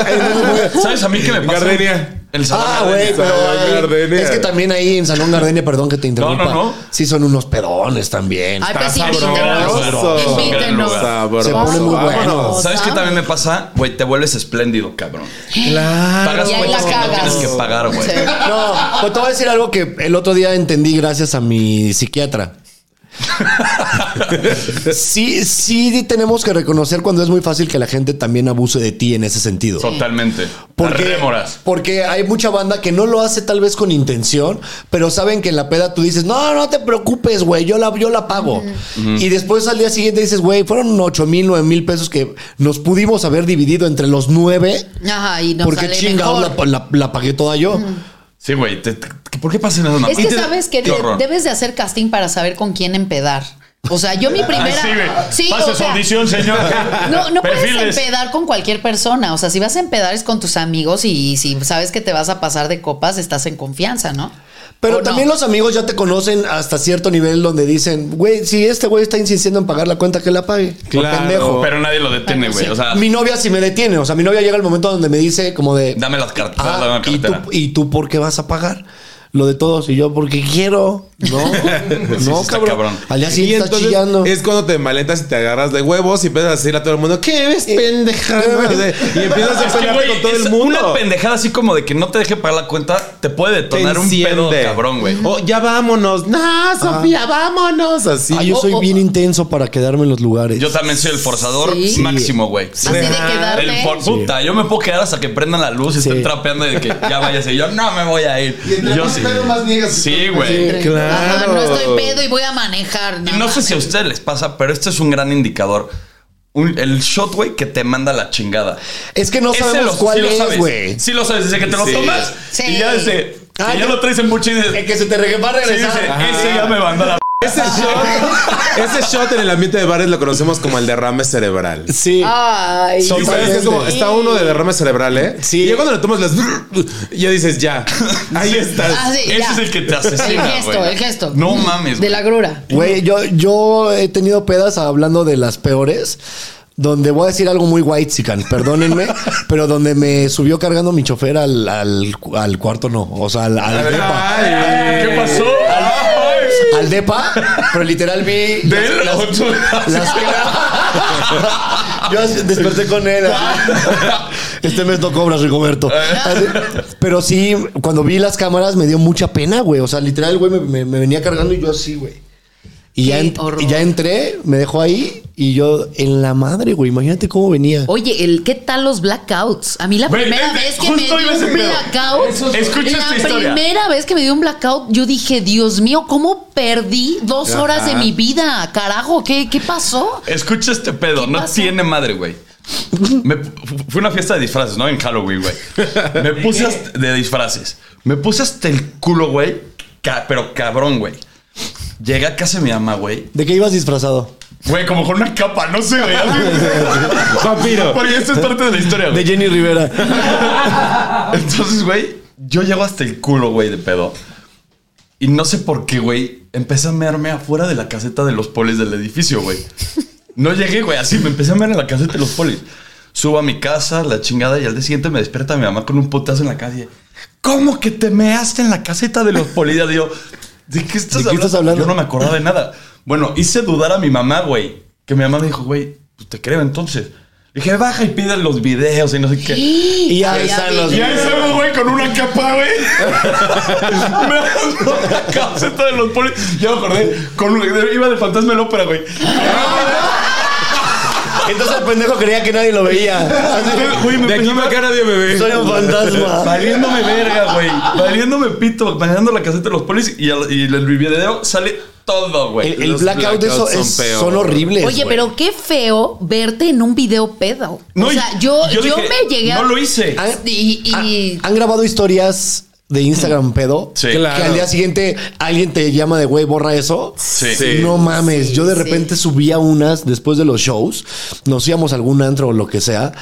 [SPEAKER 1] ¿Sabes a mí qué me pasa?
[SPEAKER 3] Gardenia.
[SPEAKER 1] El salón
[SPEAKER 2] Ah,
[SPEAKER 1] Gardenia.
[SPEAKER 2] güey, pero
[SPEAKER 3] Salón Gardenia.
[SPEAKER 2] es que también ahí en Salón Gardenia, perdón que te interrumpa.
[SPEAKER 1] no, no.
[SPEAKER 2] Sí, son unos pedones también.
[SPEAKER 4] Ay, pues
[SPEAKER 1] sabroso.
[SPEAKER 4] invítenos.
[SPEAKER 1] Sabroso.
[SPEAKER 4] Invítenos.
[SPEAKER 3] Sabroso.
[SPEAKER 2] Se pone muy bueno.
[SPEAKER 3] Vámonos.
[SPEAKER 1] ¿Sabes qué también me pasa? Güey, te vuelves espléndido, cabrón.
[SPEAKER 3] Claro.
[SPEAKER 1] Pagas
[SPEAKER 4] Y ahí la
[SPEAKER 1] cuentas que no
[SPEAKER 4] cagas.
[SPEAKER 1] tienes que pagar, güey.
[SPEAKER 4] Sí.
[SPEAKER 2] No, pues te voy a decir algo que el otro día entendí gracias a mi psiquiatra. Sí, sí tenemos que reconocer cuando es muy fácil que la gente también abuse de ti en ese sentido.
[SPEAKER 1] Totalmente. Las
[SPEAKER 2] Porque,
[SPEAKER 1] rémoras.
[SPEAKER 2] porque hay mucha banda que no lo hace tal vez con intención, pero saben que en la peda tú dices, no, no te preocupes, güey, yo la, yo la pago. Y después al día siguiente dices, güey, fueron 8 mil, 9 mil pesos que nos pudimos haber dividido entre los nueve,
[SPEAKER 4] Ajá, y nos
[SPEAKER 2] porque
[SPEAKER 4] sale
[SPEAKER 2] chingado
[SPEAKER 4] mejor.
[SPEAKER 2] la, la- la pagué toda yo.
[SPEAKER 1] Sí, güey. te- te- ¿Por qué pasa nada más?
[SPEAKER 4] Es que sabes que
[SPEAKER 1] Qué
[SPEAKER 4] de-
[SPEAKER 1] horror.
[SPEAKER 4] debes de hacer casting para saber con quién empedar. O sea, yo mi primera.
[SPEAKER 1] Ay, sí, güey.
[SPEAKER 4] Sí,
[SPEAKER 1] Pase
[SPEAKER 4] o
[SPEAKER 1] su
[SPEAKER 4] sea,
[SPEAKER 1] audición, señor.
[SPEAKER 4] No, no puedes
[SPEAKER 1] Perfiles.
[SPEAKER 4] empedar con cualquier persona. O sea, si vas a empedar es con tus amigos y si sabes que te vas a pasar de copas, estás en confianza, ¿no?
[SPEAKER 2] Pero
[SPEAKER 4] ¿O no?
[SPEAKER 2] también los amigos ya te conocen hasta cierto nivel donde dicen, güey, si este güey está insistiendo en pagar la cuenta, que la pague. Por
[SPEAKER 3] Claro.
[SPEAKER 2] pendejo.
[SPEAKER 1] Pero nadie lo detiene, güey. O sea,
[SPEAKER 2] Mi novia sí me detiene. O sea, mi novia llega el momento donde me dice como de...
[SPEAKER 1] dame las cartas.
[SPEAKER 2] "Ah,
[SPEAKER 1] dame la
[SPEAKER 2] ¿y, tú,
[SPEAKER 1] cartera.
[SPEAKER 2] ¿Y tú por qué vas a pagar? Lo de todos. Y yo, porque quiero. No,
[SPEAKER 1] sí
[SPEAKER 2] no,
[SPEAKER 1] está
[SPEAKER 2] cabrón.
[SPEAKER 1] cabrón.
[SPEAKER 2] Al día
[SPEAKER 3] Y
[SPEAKER 2] siguiente estás
[SPEAKER 3] entonces
[SPEAKER 2] chillando.
[SPEAKER 3] es cuando te malentas y te agarras de huevos y empiezas a decirle a todo el mundo, ¿qué ves, pendeja? Y empiezas
[SPEAKER 1] Es que,
[SPEAKER 3] a pelearte
[SPEAKER 1] güey,
[SPEAKER 3] con todo
[SPEAKER 1] es
[SPEAKER 3] el mundo.
[SPEAKER 1] Una pendejada así como de que no te deje pagar la cuenta te puede
[SPEAKER 3] Te
[SPEAKER 1] detonar un pedo
[SPEAKER 3] enciende.
[SPEAKER 1] cabrón, güey.
[SPEAKER 3] O ya vámonos. No, Sofía, vámonos. Así. Oh,
[SPEAKER 2] Ah, yo
[SPEAKER 4] o-
[SPEAKER 2] soy
[SPEAKER 4] o-
[SPEAKER 2] bien intenso para quedarme en los lugares.
[SPEAKER 1] Yo también soy el forzador
[SPEAKER 4] Sí.
[SPEAKER 1] máximo, güey.
[SPEAKER 4] Así de quedarte.
[SPEAKER 1] El por puta, yo me puedo quedar hasta que prendan la luz y
[SPEAKER 2] Sí.
[SPEAKER 1] estén trapeando y de que ya váyase. Yo no me voy a ir.
[SPEAKER 6] Y entre
[SPEAKER 1] Yo
[SPEAKER 6] más pedo, más niegas.
[SPEAKER 1] Sí, güey.
[SPEAKER 4] Ajá,
[SPEAKER 3] claro.
[SPEAKER 4] no estoy pedo y voy a manejar.
[SPEAKER 1] Y no sé si a ustedes les pasa, pero este es un gran indicador. Un- el shot, güey, que te manda la chingada.
[SPEAKER 2] Es que no
[SPEAKER 1] Ese
[SPEAKER 2] sabemos
[SPEAKER 1] lo- sí
[SPEAKER 2] cuál
[SPEAKER 1] lo
[SPEAKER 2] es,
[SPEAKER 1] sabes.
[SPEAKER 2] güey.
[SPEAKER 1] Sí lo sabes, desde que te lo
[SPEAKER 3] Sí.
[SPEAKER 1] tomas.
[SPEAKER 4] Sí.
[SPEAKER 1] Y ya desde...
[SPEAKER 2] Ah,
[SPEAKER 1] que ya
[SPEAKER 2] ya-
[SPEAKER 1] lo traes en buche y dices...
[SPEAKER 2] El que se te regue- va a
[SPEAKER 1] sí, dices,
[SPEAKER 2] regresar.
[SPEAKER 1] ese ya me mandó a la
[SPEAKER 3] Ese shot, ese shot en el ambiente de bares lo conocemos como el derrame cerebral.
[SPEAKER 2] Sí.
[SPEAKER 4] Ay,
[SPEAKER 3] Y sabes que es como, está uno de derrame cerebral, ¿eh?
[SPEAKER 2] Sí.
[SPEAKER 3] Y ya cuando le tomas las. Ya dices, ya. Ahí estás.
[SPEAKER 4] Ah, sí,
[SPEAKER 1] Ese
[SPEAKER 4] ya.
[SPEAKER 1] es el que te asesina.
[SPEAKER 4] El gesto,
[SPEAKER 1] güey.
[SPEAKER 4] el gesto.
[SPEAKER 1] No mames.
[SPEAKER 4] De
[SPEAKER 1] güey.
[SPEAKER 4] la grura.
[SPEAKER 2] Güey, yo, yo he tenido pedas hablando de las peores, donde voy a decir algo muy white perdónenme, pero donde me subió cargando mi chofer al, al, al cuarto, no. O sea, al, al depa.
[SPEAKER 3] Ay,
[SPEAKER 1] ¿Qué pasó?
[SPEAKER 4] Ah.
[SPEAKER 2] Al depa, pero literal vi.
[SPEAKER 1] Del otro lado.
[SPEAKER 2] las- yo así desperté con él. así. Este mes no cobras, Rigoberto. Así. Pero sí, cuando vi las cámaras me dio mucha pena, güey. O sea, literal, el güey, me, me- me venía cargando y yo así, güey. Y ya,
[SPEAKER 4] Qué
[SPEAKER 2] ent-
[SPEAKER 4] horror.
[SPEAKER 2] y ya entré, me dejó ahí y yo en la madre, güey. Imagínate cómo venía.
[SPEAKER 4] Oye, el, ¿qué tal los blackouts? A mí la
[SPEAKER 1] Güey,
[SPEAKER 4] primera
[SPEAKER 1] es-
[SPEAKER 4] vez que
[SPEAKER 1] justo
[SPEAKER 4] me
[SPEAKER 1] iba
[SPEAKER 4] dio
[SPEAKER 1] a
[SPEAKER 4] un
[SPEAKER 1] decir, pero-
[SPEAKER 4] blackout.
[SPEAKER 1] Eso es- Escucha
[SPEAKER 4] la
[SPEAKER 1] esta historia.
[SPEAKER 4] primera vez que me dio un blackout, yo dije, Dios mío, ¿cómo perdí dos horas de mi vida? Carajo, ¿qué, qué pasó?
[SPEAKER 1] Escucha este pedo,
[SPEAKER 4] ¿Qué
[SPEAKER 1] no
[SPEAKER 4] pasó?
[SPEAKER 1] tiene madre, güey. Me- fu- fue una fiesta de disfraces, ¿no? En Halloween, güey. Me puse hasta- de disfraces. Me puse hasta el culo, güey. ca- pero cabrón, güey. Llegué a casa de mi mamá, güey.
[SPEAKER 2] ¿De qué ibas disfrazado?
[SPEAKER 1] Güey, como con una capa, no sé, güey.
[SPEAKER 3] Vampiro.
[SPEAKER 1] Porque esto es parte de la historia,
[SPEAKER 2] De
[SPEAKER 1] güey.
[SPEAKER 2] Jenny Rivera.
[SPEAKER 1] Entonces, güey, yo llego hasta el culo, güey, de pedo. Y no sé por qué, güey, empecé a mearme afuera de la caseta de los polis del edificio, güey. No llegué, güey, así me empecé a mear en la caseta de los polis. Subo a mi casa, la chingada, y al día siguiente me despierta mi mamá con un potazo en la calle. ¿Cómo que te measte en la caseta de los polis? Y yo, ¿de qué estás,
[SPEAKER 2] ¿De qué estás hablando?
[SPEAKER 1] Yo no me acordaba de nada. Bueno, hice dudar a mi mamá, güey. Que mi mamá me dijo, güey, pues te creo entonces. Le dije, baja y pide los videos y no sé qué.
[SPEAKER 2] Y ya
[SPEAKER 4] Ya
[SPEAKER 2] están
[SPEAKER 4] vi.
[SPEAKER 2] los.
[SPEAKER 1] Y ahí salgo, güey, con una capa, güey. Me hago la caseta de los polis. Ya me acordé. Con un- iba de fantasma en la ópera, güey.
[SPEAKER 2] Entonces el pendejo creía que nadie lo veía. Así que,
[SPEAKER 1] Güey, me
[SPEAKER 3] De aquí
[SPEAKER 1] empezó-
[SPEAKER 3] para acá nadie me ve.
[SPEAKER 2] Soy un fantasma.
[SPEAKER 1] Valiéndome verga, güey. Valiéndome pito. Manejando la caseta de los polis. Y, al- y el video sale todo, güey.
[SPEAKER 2] El, el
[SPEAKER 3] Los
[SPEAKER 2] blackout de eso
[SPEAKER 3] blackouts son
[SPEAKER 2] es-
[SPEAKER 3] peor.
[SPEAKER 2] son horribles.
[SPEAKER 4] Oye,
[SPEAKER 2] güey.
[SPEAKER 4] pero qué feo verte en un video pedo.
[SPEAKER 1] No,
[SPEAKER 4] o
[SPEAKER 1] y-
[SPEAKER 4] sea, yo,
[SPEAKER 1] y
[SPEAKER 4] yo,
[SPEAKER 1] dije,
[SPEAKER 4] me llegué
[SPEAKER 1] No
[SPEAKER 4] a.
[SPEAKER 1] lo hice.
[SPEAKER 2] Ah,
[SPEAKER 4] Y- y- Mm.
[SPEAKER 2] ha- han grabado historias de Instagram pedo
[SPEAKER 1] Sí.
[SPEAKER 2] que
[SPEAKER 3] Claro.
[SPEAKER 2] al día siguiente alguien te llama de güey borra eso
[SPEAKER 1] Sí.
[SPEAKER 3] Sí.
[SPEAKER 2] no mames
[SPEAKER 4] Sí,
[SPEAKER 2] yo de
[SPEAKER 4] sí.
[SPEAKER 2] repente subía unas después de los shows nos íbamos a algún antro o lo que sea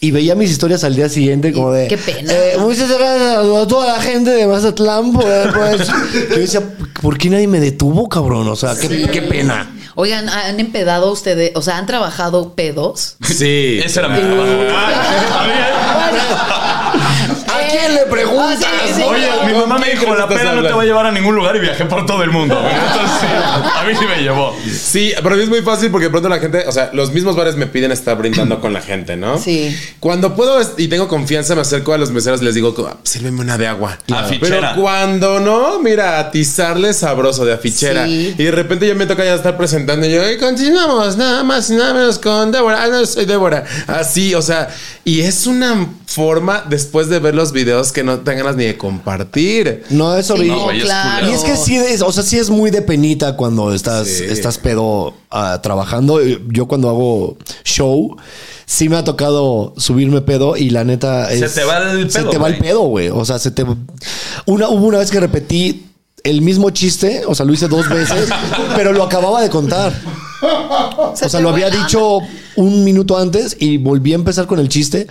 [SPEAKER 2] y veía mis historias al día siguiente como de...
[SPEAKER 4] qué pena.
[SPEAKER 2] eh, muchas gracias a toda la gente de Mazatlán por... por eso". Yo decía, ¿por qué nadie me detuvo, cabrón? O sea, qué, qué pena.
[SPEAKER 4] Oigan, ¿han empedado ustedes? O sea, ¿han trabajado pedos?
[SPEAKER 3] Sí.
[SPEAKER 1] Ese era mi
[SPEAKER 4] Eh,
[SPEAKER 1] Ah, trabajo.
[SPEAKER 2] ¿A quién le preguntas?
[SPEAKER 4] Ah, sí, sí,
[SPEAKER 1] Oye, mi mamá me
[SPEAKER 3] ¿Qué
[SPEAKER 1] dijo,
[SPEAKER 3] crees
[SPEAKER 1] la
[SPEAKER 3] que estás
[SPEAKER 1] peda no te va
[SPEAKER 3] hablando?
[SPEAKER 1] a llevar a ningún lugar y viajé por todo el mundo. güey. Entonces, sí, a mí sí me llevó.
[SPEAKER 3] Sí, pero es muy fácil porque de pronto la gente, o sea, los mismos bares me piden estar brindando con la gente, ¿no?
[SPEAKER 4] Sí.
[SPEAKER 3] Cuando puedo es- y tengo confianza, me acerco a los meseros y les digo, "Ah, sírveme una de agua.
[SPEAKER 1] Claro. Afichera.
[SPEAKER 3] Pero cuando no, mira, atizarle sabroso de afichera.
[SPEAKER 4] Sí.
[SPEAKER 3] Y de repente ya me toca ya estar presentando y yo, y continuamos, nada más, y nada menos con Débora. Ah, no, soy Débora. Así, o sea, y es una forma después de ver los videos que no tengan ganas ni de compartir.
[SPEAKER 2] No, es
[SPEAKER 4] Sí,
[SPEAKER 2] horrible.
[SPEAKER 1] güey, es
[SPEAKER 4] claro.
[SPEAKER 2] Y es que sí, es, o sea, sí es muy de penita cuando estás,
[SPEAKER 3] Sí.
[SPEAKER 2] estás pedo ah, trabajando. Yo cuando hago show, sí me ha tocado subirme pedo y la neta
[SPEAKER 1] Se
[SPEAKER 2] es-
[SPEAKER 1] te va el
[SPEAKER 2] Se
[SPEAKER 1] pedo,
[SPEAKER 2] te va el
[SPEAKER 1] güey.
[SPEAKER 2] pedo, güey. O sea, se te... Una, hubo una vez que repetí el mismo chiste, o sea, lo hice dos veces, pero lo acababa de contar. O sea, lo había dicho un minuto antes y volví a empezar con el chiste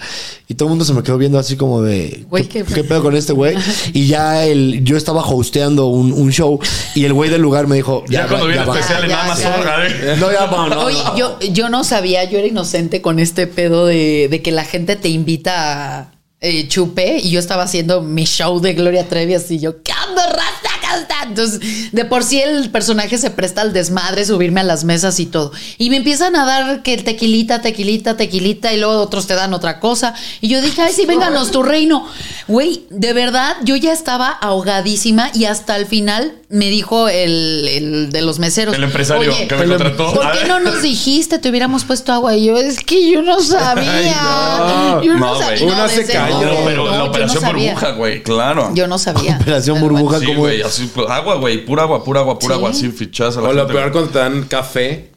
[SPEAKER 2] y todo el mundo se me quedó viendo así como de...
[SPEAKER 4] Güey,
[SPEAKER 2] ¿qué,
[SPEAKER 4] qué-
[SPEAKER 2] qué pedo con este güey? Y ya el, yo estaba hosteando un, un show y el güey del lugar me dijo...
[SPEAKER 1] Ya,
[SPEAKER 2] Ya,
[SPEAKER 1] cuando
[SPEAKER 2] va,
[SPEAKER 1] viene
[SPEAKER 2] ya va".
[SPEAKER 1] especial en
[SPEAKER 4] Ya, ya,
[SPEAKER 1] Amazon,
[SPEAKER 4] ya.
[SPEAKER 1] a ver.
[SPEAKER 2] No, ya va, no,
[SPEAKER 4] Oye,
[SPEAKER 2] no.
[SPEAKER 4] yo, yo no sabía, yo era inocente con este pedo de, de que la gente te invita a eh, chupe y yo estaba haciendo mi show de Gloria Trevi así yo, ¿qué onda, raza? ¿Qué onda?". Entonces, de por sí el personaje se presta al desmadre, subirme a las mesas y todo. Y me empiezan a dar que tequilita, tequilita, tequilita y luego otros te dan otra cosa. Y yo dije, ay, sí, vénganos tu reino. Güey, de verdad, yo ya estaba ahogadísima y hasta el final me dijo el, el de los meseros.
[SPEAKER 1] El empresario
[SPEAKER 4] "Oye,
[SPEAKER 1] que me contrató.
[SPEAKER 4] ¿Por
[SPEAKER 1] A
[SPEAKER 4] qué
[SPEAKER 1] ver.
[SPEAKER 4] no nos dijiste? Te hubiéramos puesto agua. Y yo, es que yo no sabía.
[SPEAKER 3] Ay, no.
[SPEAKER 4] Yo
[SPEAKER 1] No,
[SPEAKER 4] no sabía.
[SPEAKER 3] güey. Uno
[SPEAKER 4] No,
[SPEAKER 3] se
[SPEAKER 4] desde
[SPEAKER 3] calla.
[SPEAKER 1] No,
[SPEAKER 4] luego,
[SPEAKER 3] No,
[SPEAKER 1] pero
[SPEAKER 4] no,
[SPEAKER 1] la
[SPEAKER 4] yo
[SPEAKER 1] operación
[SPEAKER 4] no sabía.
[SPEAKER 1] burbuja, güey, claro.
[SPEAKER 4] Yo no sabía.
[SPEAKER 2] Operación
[SPEAKER 4] Pero
[SPEAKER 2] burbuja
[SPEAKER 1] Sí,
[SPEAKER 2] como...
[SPEAKER 1] güey, así, pues, agua, güey, pura agua, pura agua, pura
[SPEAKER 4] Sí.
[SPEAKER 1] agua, así fichas a la
[SPEAKER 3] O lo
[SPEAKER 1] gente,
[SPEAKER 3] peor
[SPEAKER 1] güey.
[SPEAKER 3] cuando te dan café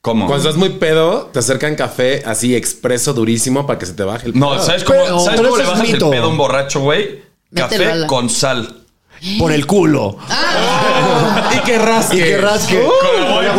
[SPEAKER 1] ¿Cómo?
[SPEAKER 3] Cuando estás muy pedo, te acercan café así expreso durísimo para que se te baje el
[SPEAKER 4] Ah.
[SPEAKER 1] No, ¿sabes cómo,
[SPEAKER 2] Pero-
[SPEAKER 1] ¿sabes
[SPEAKER 2] pero
[SPEAKER 1] cómo le
[SPEAKER 2] eso es
[SPEAKER 1] bajas el
[SPEAKER 2] mito.
[SPEAKER 1] pedo a un borracho, güey?
[SPEAKER 4] Mételo a
[SPEAKER 1] Café
[SPEAKER 4] la-
[SPEAKER 1] con sal.
[SPEAKER 2] por el culo.
[SPEAKER 4] Ah.
[SPEAKER 3] Y que rasque.
[SPEAKER 2] Y que rasque.
[SPEAKER 1] Uh, Con la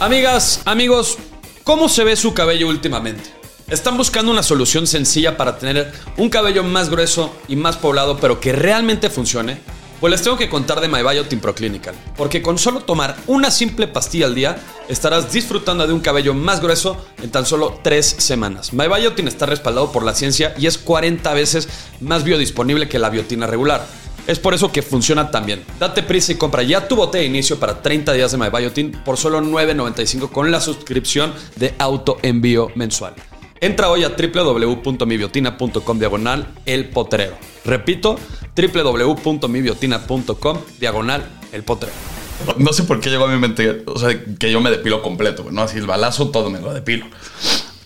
[SPEAKER 5] Amigas, amigos, ¿cómo se ve su cabello últimamente? ¿Están buscando una solución sencilla para tener un cabello más grueso y más poblado, pero que realmente funcione? Pues les tengo que contar de My Biotin Pro Clinical, porque con solo tomar una simple pastilla al día estarás disfrutando de un cabello más grueso en tan solo 3 semanas. My Biotin está respaldado por la ciencia y es 40 veces más biodisponible que la biotina regular. Es por eso que funciona tan bien. Date prisa y compra ya tu bote de inicio para 30 días de MyBiotin por solo $9.95 con la suscripción de autoenvío mensual. Entra hoy a www.mibiotina.com diagonal el potrero. Repito, www.mibiotina.com diagonal el potrero.
[SPEAKER 1] No sé por qué llegó a mi mente, o sea, que yo me depilo completo, güey, ¿no? Así el balazo, todo me lo depilo.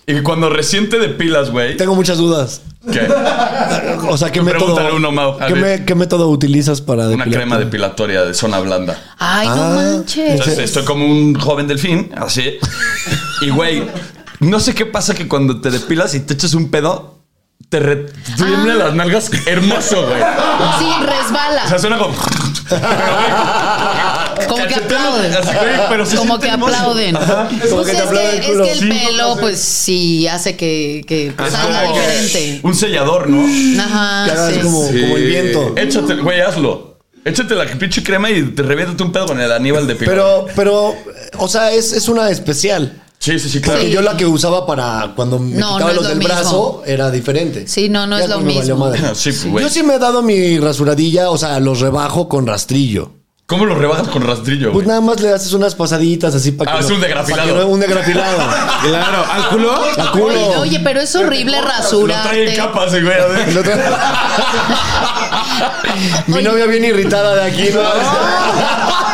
[SPEAKER 1] Y cuando recién te depilas, güey,
[SPEAKER 2] Tengo muchas dudas.
[SPEAKER 1] ¿qué?
[SPEAKER 2] O sea, ¿qué método,
[SPEAKER 1] Pregúntale uno, Mau. A
[SPEAKER 2] ¿qué,
[SPEAKER 1] ver.
[SPEAKER 2] me- qué método utilizas para
[SPEAKER 1] una
[SPEAKER 2] depilarte?
[SPEAKER 1] crema depilatoria de zona blanda.
[SPEAKER 4] Ay, no
[SPEAKER 2] Ah,
[SPEAKER 4] manches.
[SPEAKER 1] Entonces estoy como un joven delfín, así. Y, güey, no sé qué pasa que cuando te depilas y te echas un pedo, te retiemblan
[SPEAKER 4] Ah.
[SPEAKER 1] las nalgas hermoso, güey.
[SPEAKER 4] Sí, resbala.
[SPEAKER 1] O sea, suena como...
[SPEAKER 4] Como que
[SPEAKER 1] Cachetero,
[SPEAKER 4] aplauden.
[SPEAKER 1] así, güey, pero se
[SPEAKER 4] como
[SPEAKER 1] siente
[SPEAKER 4] que
[SPEAKER 1] hermoso.
[SPEAKER 4] aplauden.
[SPEAKER 2] Como
[SPEAKER 4] Pues
[SPEAKER 2] que te
[SPEAKER 4] es,
[SPEAKER 2] aplauden
[SPEAKER 4] que,
[SPEAKER 2] el
[SPEAKER 4] es
[SPEAKER 2] culo.
[SPEAKER 4] que el
[SPEAKER 2] Sí,
[SPEAKER 4] pelo, pues sí, hace que, que pues, salga
[SPEAKER 1] como que
[SPEAKER 4] diferente.
[SPEAKER 1] Un sellador, ¿no?
[SPEAKER 2] Que
[SPEAKER 4] Ajá.
[SPEAKER 2] hagas
[SPEAKER 4] sí.
[SPEAKER 2] como, como el viento.
[SPEAKER 1] Échate, güey, hazlo. Échate la pinche crema y te reviéntate un pedo con el Aníbal de Pico.
[SPEAKER 2] Pero, pero, o sea, es, es una especial.
[SPEAKER 1] Sí, sí, sí, claro.
[SPEAKER 2] Porque
[SPEAKER 4] Sí.
[SPEAKER 2] yo la que usaba para cuando me
[SPEAKER 4] No,
[SPEAKER 2] quitaba
[SPEAKER 4] no es
[SPEAKER 2] los
[SPEAKER 4] lo
[SPEAKER 2] del
[SPEAKER 4] mismo.
[SPEAKER 2] brazo era diferente.
[SPEAKER 4] Sí, no, no es lo
[SPEAKER 2] pues me valió
[SPEAKER 4] mismo.
[SPEAKER 2] madre.
[SPEAKER 1] Sí, pues, güey.
[SPEAKER 2] Yo sí me he dado mi rasuradilla, o sea, los rebajo con rastrillo.
[SPEAKER 1] ¿Cómo lo rebajas con rastrillo,
[SPEAKER 2] Pues
[SPEAKER 1] güey?
[SPEAKER 2] nada más le haces unas pasaditas así para
[SPEAKER 1] Ah, es un degrafilado.
[SPEAKER 2] para que no- un degrafilado.
[SPEAKER 3] Claro, al culo.
[SPEAKER 2] Al
[SPEAKER 4] Oye,
[SPEAKER 2] culo.
[SPEAKER 4] oye, pero es horrible
[SPEAKER 1] Lo trae en
[SPEAKER 4] rasurarte.
[SPEAKER 1] capas, güey. a ver.
[SPEAKER 2] El otro- Mi
[SPEAKER 4] Oye.
[SPEAKER 2] novia bien irritada de aquí. ¿no?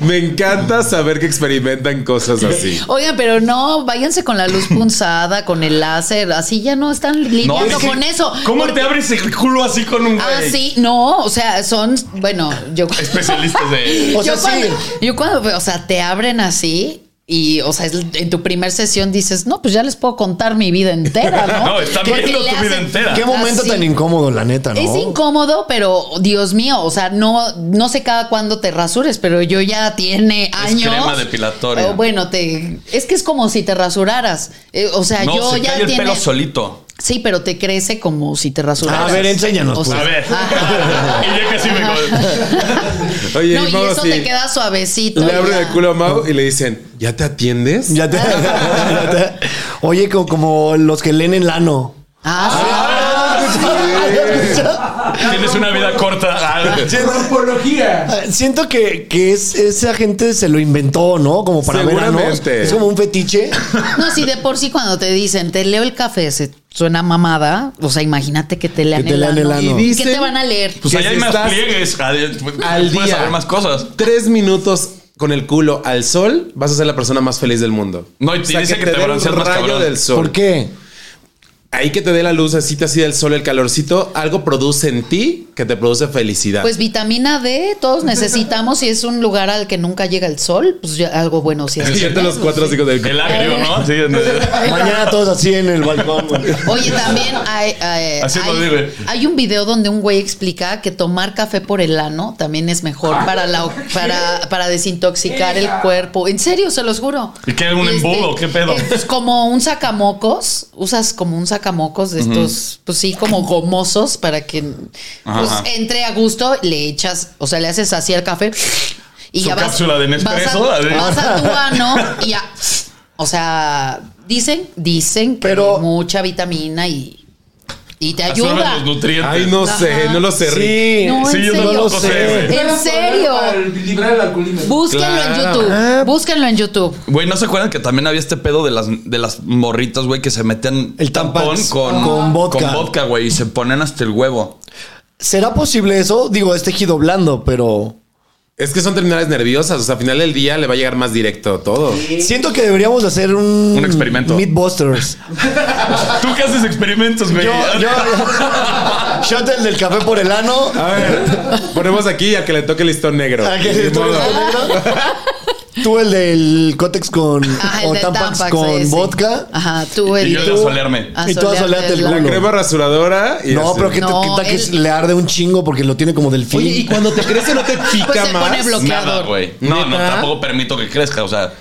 [SPEAKER 3] Me encanta saber que experimentan cosas así.
[SPEAKER 4] Oigan, pero no, váyanse con la luz punzada, con el láser, así ya no están
[SPEAKER 1] No,
[SPEAKER 4] lidiando
[SPEAKER 1] es que-
[SPEAKER 4] con eso.
[SPEAKER 1] ¿Cómo
[SPEAKER 4] Porque-
[SPEAKER 1] te abres el culo así con un güey?
[SPEAKER 4] Ah, sí, no, o sea, son, bueno, yo...
[SPEAKER 1] Especialistas de.
[SPEAKER 2] O sea,
[SPEAKER 4] yo
[SPEAKER 2] sí.
[SPEAKER 4] cuando, yo cuando, o sea, te abren así y, o sea, es- en tu primer sesión dices, no, pues ya les puedo contar mi vida entera, ¿no?
[SPEAKER 1] No, están
[SPEAKER 4] Porque
[SPEAKER 1] viendo
[SPEAKER 4] le
[SPEAKER 1] tu vida entera.
[SPEAKER 2] Qué momento
[SPEAKER 4] Así.
[SPEAKER 2] tan incómodo, la neta, ¿no?
[SPEAKER 4] Ah, Es incómodo, pero Dios mío, o sea, no, no sé cada cuándo te rasures, pero yo ya tiene años.
[SPEAKER 1] crema depilatoria.
[SPEAKER 4] Oh, bueno, te, es que es como si te rasuraras. Eh, o sea,
[SPEAKER 1] No,
[SPEAKER 4] yo
[SPEAKER 1] se
[SPEAKER 4] ya
[SPEAKER 1] cae el
[SPEAKER 4] tiene.
[SPEAKER 1] pelo solito.
[SPEAKER 4] Sí, pero te crece como si te rasuraras.
[SPEAKER 2] A ver, enséñanos,
[SPEAKER 4] O sea,
[SPEAKER 2] pues.
[SPEAKER 1] A ver.
[SPEAKER 4] Ajá.
[SPEAKER 1] y ya casi me
[SPEAKER 3] Oye,
[SPEAKER 4] no, y
[SPEAKER 3] Mau,
[SPEAKER 4] eso
[SPEAKER 3] sí.
[SPEAKER 4] te queda suavecito.
[SPEAKER 3] Le abren
[SPEAKER 4] ya.
[SPEAKER 3] el culo a Mau y le dicen, ¿ya te atiendes?
[SPEAKER 2] Ya te- ya te- Oye, como, como los que leen en lano.
[SPEAKER 4] Ah,
[SPEAKER 1] Tienes una vida corta. Ah,
[SPEAKER 7] Antropología.
[SPEAKER 2] Ah, Siento que, que es, esa gente se lo inventó, ¿no? Como para verano.
[SPEAKER 3] Seguramente.
[SPEAKER 2] Es como un fetiche.
[SPEAKER 4] sí. No, sí, de por sí cuando te dicen, te leo el café, se suena mamada. O sea, imagínate que te lean,
[SPEAKER 2] te lean el ano.
[SPEAKER 3] Y
[SPEAKER 4] ¿Y
[SPEAKER 3] dicen-
[SPEAKER 4] ¿Qué te van a leer?
[SPEAKER 1] Pues
[SPEAKER 3] Que
[SPEAKER 1] allá
[SPEAKER 3] si
[SPEAKER 1] hay más
[SPEAKER 3] estás
[SPEAKER 1] pliegues.
[SPEAKER 3] al
[SPEAKER 1] Al
[SPEAKER 3] día.
[SPEAKER 1] Puedes saber más cosas.
[SPEAKER 3] Tres minutos con el culo al sol, vas a ser la persona más feliz del mundo.
[SPEAKER 1] No, y te dicen que te
[SPEAKER 3] dé un
[SPEAKER 1] bronceas más
[SPEAKER 3] rayo
[SPEAKER 1] cabrón.
[SPEAKER 3] del sol.
[SPEAKER 2] ¿Por qué?
[SPEAKER 3] Ahí que te dé la luz, así te así del sol, el calorcito, algo produce en ti que te produce felicidad.
[SPEAKER 4] Pues vitamina D, todos necesitamos. Si es un lugar al que nunca llega el sol, pues ya algo bueno sí
[SPEAKER 3] Y
[SPEAKER 4] hace.
[SPEAKER 3] siente los cuatro hijos del
[SPEAKER 1] El agrio, ¿no? Sí, en el-
[SPEAKER 2] Mañana todos así en el balcón. güey.
[SPEAKER 4] Oye, también hay, hay-
[SPEAKER 1] Así lo
[SPEAKER 4] hay-
[SPEAKER 1] debe.
[SPEAKER 4] hay un video donde un güey explica que tomar café por el ano también es mejor para la para, para desintoxicar el cuerpo. En serio, se los juro.
[SPEAKER 1] ¿Y qué, un embudo? ¿Qué pedo?
[SPEAKER 4] Es como un sacamocos, usas como un sacamocos de estos, pues sí, como gomosos para que pues,
[SPEAKER 1] Ajá.
[SPEAKER 4] entre a gusto, le echas, o sea, le haces así al café y
[SPEAKER 1] Su
[SPEAKER 4] ya vas.
[SPEAKER 1] cápsula de Nespresso,
[SPEAKER 4] vas a,
[SPEAKER 1] a ver.
[SPEAKER 4] vas a tu ano y ya. O sea, dicen, dicen que
[SPEAKER 2] Pero-
[SPEAKER 4] mucha vitamina y, y te
[SPEAKER 1] Absorben
[SPEAKER 4] ayuda.
[SPEAKER 1] los nutrientes.
[SPEAKER 3] Ay, no sé,
[SPEAKER 4] Ajá.
[SPEAKER 3] no lo sé. Rick.
[SPEAKER 2] Sí. Eh,
[SPEAKER 4] No,
[SPEAKER 1] Sí,
[SPEAKER 4] en
[SPEAKER 1] yo no
[SPEAKER 4] serio.
[SPEAKER 2] lo sé.
[SPEAKER 4] En serio.
[SPEAKER 7] Para librar el alcoholismo.
[SPEAKER 4] Búsquenlo en
[SPEAKER 3] Claro.
[SPEAKER 4] YouTube. Búsquenlo en YouTube.
[SPEAKER 1] Güey, ¿no se acuerdan que también había este pedo de las, de las morritas, güey, que se metían
[SPEAKER 2] El Tampax.
[SPEAKER 1] con,
[SPEAKER 2] Con vodka.
[SPEAKER 1] Con vodka, güey, y se ponen hasta el huevo.
[SPEAKER 2] ¿Será posible eso? Digo, es tejido blando, pero
[SPEAKER 3] Es que son terminales nerviosas. O sea, al final del día le va a llegar más directo todo.
[SPEAKER 2] siento que deberíamos hacer un,
[SPEAKER 1] Un experimento.
[SPEAKER 2] Meatbusters.
[SPEAKER 1] ¿Tú qué haces experimentos, güey?
[SPEAKER 2] Yo, yo, shot el del café por el ano.
[SPEAKER 3] Ah, A ver, ponemos aquí a que le toque el listón negro.
[SPEAKER 2] A que le
[SPEAKER 3] Ni
[SPEAKER 2] toque el
[SPEAKER 3] modo.
[SPEAKER 2] listón negro. Tú el del Cotex con
[SPEAKER 4] Ajá, Ah, el
[SPEAKER 2] o
[SPEAKER 4] de
[SPEAKER 2] Tampax
[SPEAKER 4] Tampax,
[SPEAKER 2] con
[SPEAKER 4] ese.
[SPEAKER 2] vodka.
[SPEAKER 4] Ajá, tú el
[SPEAKER 1] Y yo de asolearme.
[SPEAKER 2] Y tú asolearte el
[SPEAKER 4] la-
[SPEAKER 3] La
[SPEAKER 2] culo.
[SPEAKER 3] crema rasuradora y
[SPEAKER 2] No,
[SPEAKER 3] así.
[SPEAKER 2] pero que
[SPEAKER 4] No,
[SPEAKER 2] tal que
[SPEAKER 4] él-
[SPEAKER 2] le arde un chingo porque lo tiene como delfín.
[SPEAKER 3] Oye, y cuando te crece no te pica
[SPEAKER 4] Pues se pone
[SPEAKER 3] más.
[SPEAKER 4] bloqueador.
[SPEAKER 1] Nada, güey. No, no,
[SPEAKER 3] ¿Neta?
[SPEAKER 1] tampoco permito que crezca. O sea,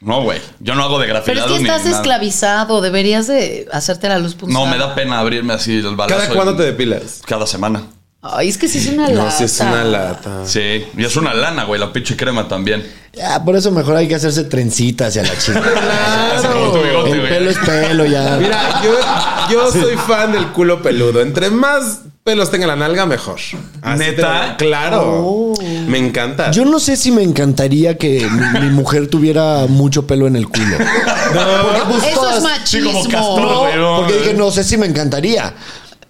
[SPEAKER 1] no, güey. Yo no hago de
[SPEAKER 4] Pero es
[SPEAKER 1] grafilados
[SPEAKER 4] que
[SPEAKER 1] ni
[SPEAKER 4] estás
[SPEAKER 1] nada.
[SPEAKER 4] esclavizado, deberías de hacerte la luz pulsada.
[SPEAKER 1] No, me da pena abrirme así el balazo.
[SPEAKER 3] ¿Cada cuándo
[SPEAKER 1] en-
[SPEAKER 3] te depilas?
[SPEAKER 1] Cada semana.
[SPEAKER 4] Ay, es que sí es una lata.
[SPEAKER 3] No, si es una lata.
[SPEAKER 1] Sí. Y es una lana, güey. La pinche crema también.
[SPEAKER 2] Ah, por eso mejor hay que hacerse trencitas hacia la chica.
[SPEAKER 1] Así como tu bigote,
[SPEAKER 2] El
[SPEAKER 1] güey.
[SPEAKER 2] pelo es pelo ya.
[SPEAKER 3] Mira, yo, yo soy fan del culo peludo. Entre más pelos tenga la nalga, mejor. Así
[SPEAKER 1] ¿Neta?
[SPEAKER 3] te lo digo. Claro. Me encanta.
[SPEAKER 2] Oh. Yo no sé si me encantaría que mi, mi mujer tuviera mucho pelo en el culo. Porque pues,
[SPEAKER 4] Eso es
[SPEAKER 2] todas-
[SPEAKER 1] Sí,
[SPEAKER 4] machismo.
[SPEAKER 1] como castor, güey. no,
[SPEAKER 2] Porque dije,
[SPEAKER 1] güey.
[SPEAKER 2] no sé si me encantaría.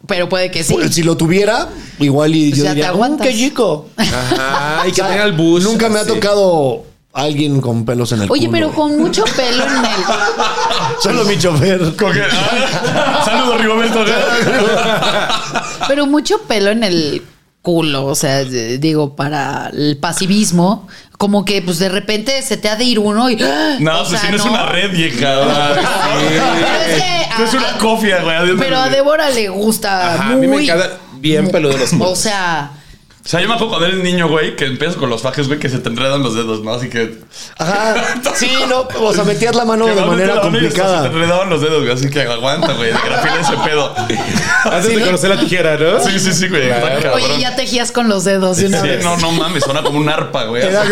[SPEAKER 4] Pero puede que sí.
[SPEAKER 2] Pues, si lo tuviera, igual y
[SPEAKER 4] Pues
[SPEAKER 2] yo
[SPEAKER 4] ya te
[SPEAKER 2] diría, "Mm,
[SPEAKER 4] aguantas".
[SPEAKER 2] qué chico.
[SPEAKER 3] Ah. Ajá, y que
[SPEAKER 2] O sea,
[SPEAKER 3] tenga el bus.
[SPEAKER 2] Nunca me ha
[SPEAKER 3] así.
[SPEAKER 2] tocado alguien con pelos en el
[SPEAKER 4] Oye,
[SPEAKER 2] culo.
[SPEAKER 4] pero con mucho pelo en el.
[SPEAKER 2] Solo mi chofer.
[SPEAKER 3] ah,
[SPEAKER 1] Saludos, Rigoberto.
[SPEAKER 4] Pero mucho pelo en el culo. O sea, de- digo, para el pasivismo. Como que pues de repente se te ha de ir uno y. ¡ah!
[SPEAKER 1] No,
[SPEAKER 4] o
[SPEAKER 1] pues
[SPEAKER 4] sea,
[SPEAKER 1] si no es una red vieja.
[SPEAKER 4] Pero es que
[SPEAKER 1] No es
[SPEAKER 4] a-
[SPEAKER 1] una cofia, güey. Adiós,
[SPEAKER 4] Pero a
[SPEAKER 1] güey.
[SPEAKER 4] Débora le gusta.
[SPEAKER 3] Ajá,
[SPEAKER 4] muy,
[SPEAKER 3] a mí me encanta bien peludo los
[SPEAKER 4] O
[SPEAKER 3] culos.
[SPEAKER 4] sea,
[SPEAKER 1] O sea, yo me acuerdo cuando eres niño, güey, que empiezas con los fajes, güey, que se te enredan los dedos, ¿no? Así que.
[SPEAKER 2] Ajá. Sí, no. O sea, metías la mano
[SPEAKER 1] que
[SPEAKER 2] de
[SPEAKER 1] realmente
[SPEAKER 2] manera
[SPEAKER 1] la mano y hasta Se
[SPEAKER 2] complicada.
[SPEAKER 1] te enredaban los dedos, güey. Así que aguanta, güey. De grafila ese pedo.
[SPEAKER 3] Antes de conocer la tijera, ¿no?
[SPEAKER 1] Sí, sí, sí, güey. Está cabrón.
[SPEAKER 4] oye, ya tejías con los dedos de una
[SPEAKER 1] Sí,
[SPEAKER 4] vez.
[SPEAKER 1] no, no mames, suena como un arpa, güey.
[SPEAKER 2] Era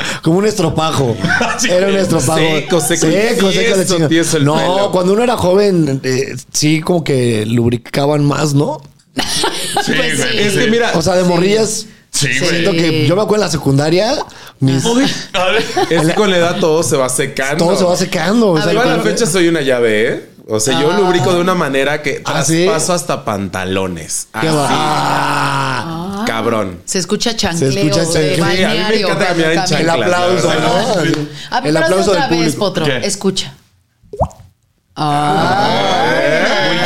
[SPEAKER 2] como un estropajo.
[SPEAKER 1] Sí,
[SPEAKER 2] era un estropajo.
[SPEAKER 3] seco, seco,
[SPEAKER 2] Seco, seco de
[SPEAKER 3] tieso,
[SPEAKER 2] chinga.
[SPEAKER 3] tieso el
[SPEAKER 2] No,
[SPEAKER 3] pelo.
[SPEAKER 2] cuando uno era joven, eh, sí, como que lubricaban más, ¿no?
[SPEAKER 1] Sí,
[SPEAKER 4] Pues sí.
[SPEAKER 3] Es que mira,
[SPEAKER 2] O sea, de morrillas.
[SPEAKER 1] Sí,
[SPEAKER 2] Siento
[SPEAKER 1] güey.
[SPEAKER 2] que yo me acuerdo en la secundaria, mis-
[SPEAKER 1] Uy, a ver.
[SPEAKER 3] es que con la edad todo se va secando.
[SPEAKER 2] todo se va secando. o sea,
[SPEAKER 3] Yo a la
[SPEAKER 2] como-
[SPEAKER 3] fecha soy una llave, ¿eh? O sea, yo lubrico de una manera que
[SPEAKER 2] ¿Ah, sí?
[SPEAKER 3] traspaso hasta pantalones.
[SPEAKER 2] Qué va-
[SPEAKER 3] Así,
[SPEAKER 2] Ah,
[SPEAKER 3] cabrón.
[SPEAKER 4] Se escucha chancleo
[SPEAKER 2] Se escucha chancleo.
[SPEAKER 4] de
[SPEAKER 3] Sí, a mí me
[SPEAKER 4] balneario.
[SPEAKER 3] encanta
[SPEAKER 4] cuando
[SPEAKER 3] caminar en
[SPEAKER 4] camina.
[SPEAKER 2] el
[SPEAKER 3] chanclas,
[SPEAKER 2] aplauso,
[SPEAKER 3] la
[SPEAKER 2] ¿no? Así.
[SPEAKER 3] verdad.
[SPEAKER 4] A ver,
[SPEAKER 2] El
[SPEAKER 4] pero hazlo
[SPEAKER 2] aplauso
[SPEAKER 4] otra
[SPEAKER 2] del
[SPEAKER 4] vez,
[SPEAKER 2] público.
[SPEAKER 4] Potro.
[SPEAKER 1] ¿Qué?
[SPEAKER 4] Escucha. Ah,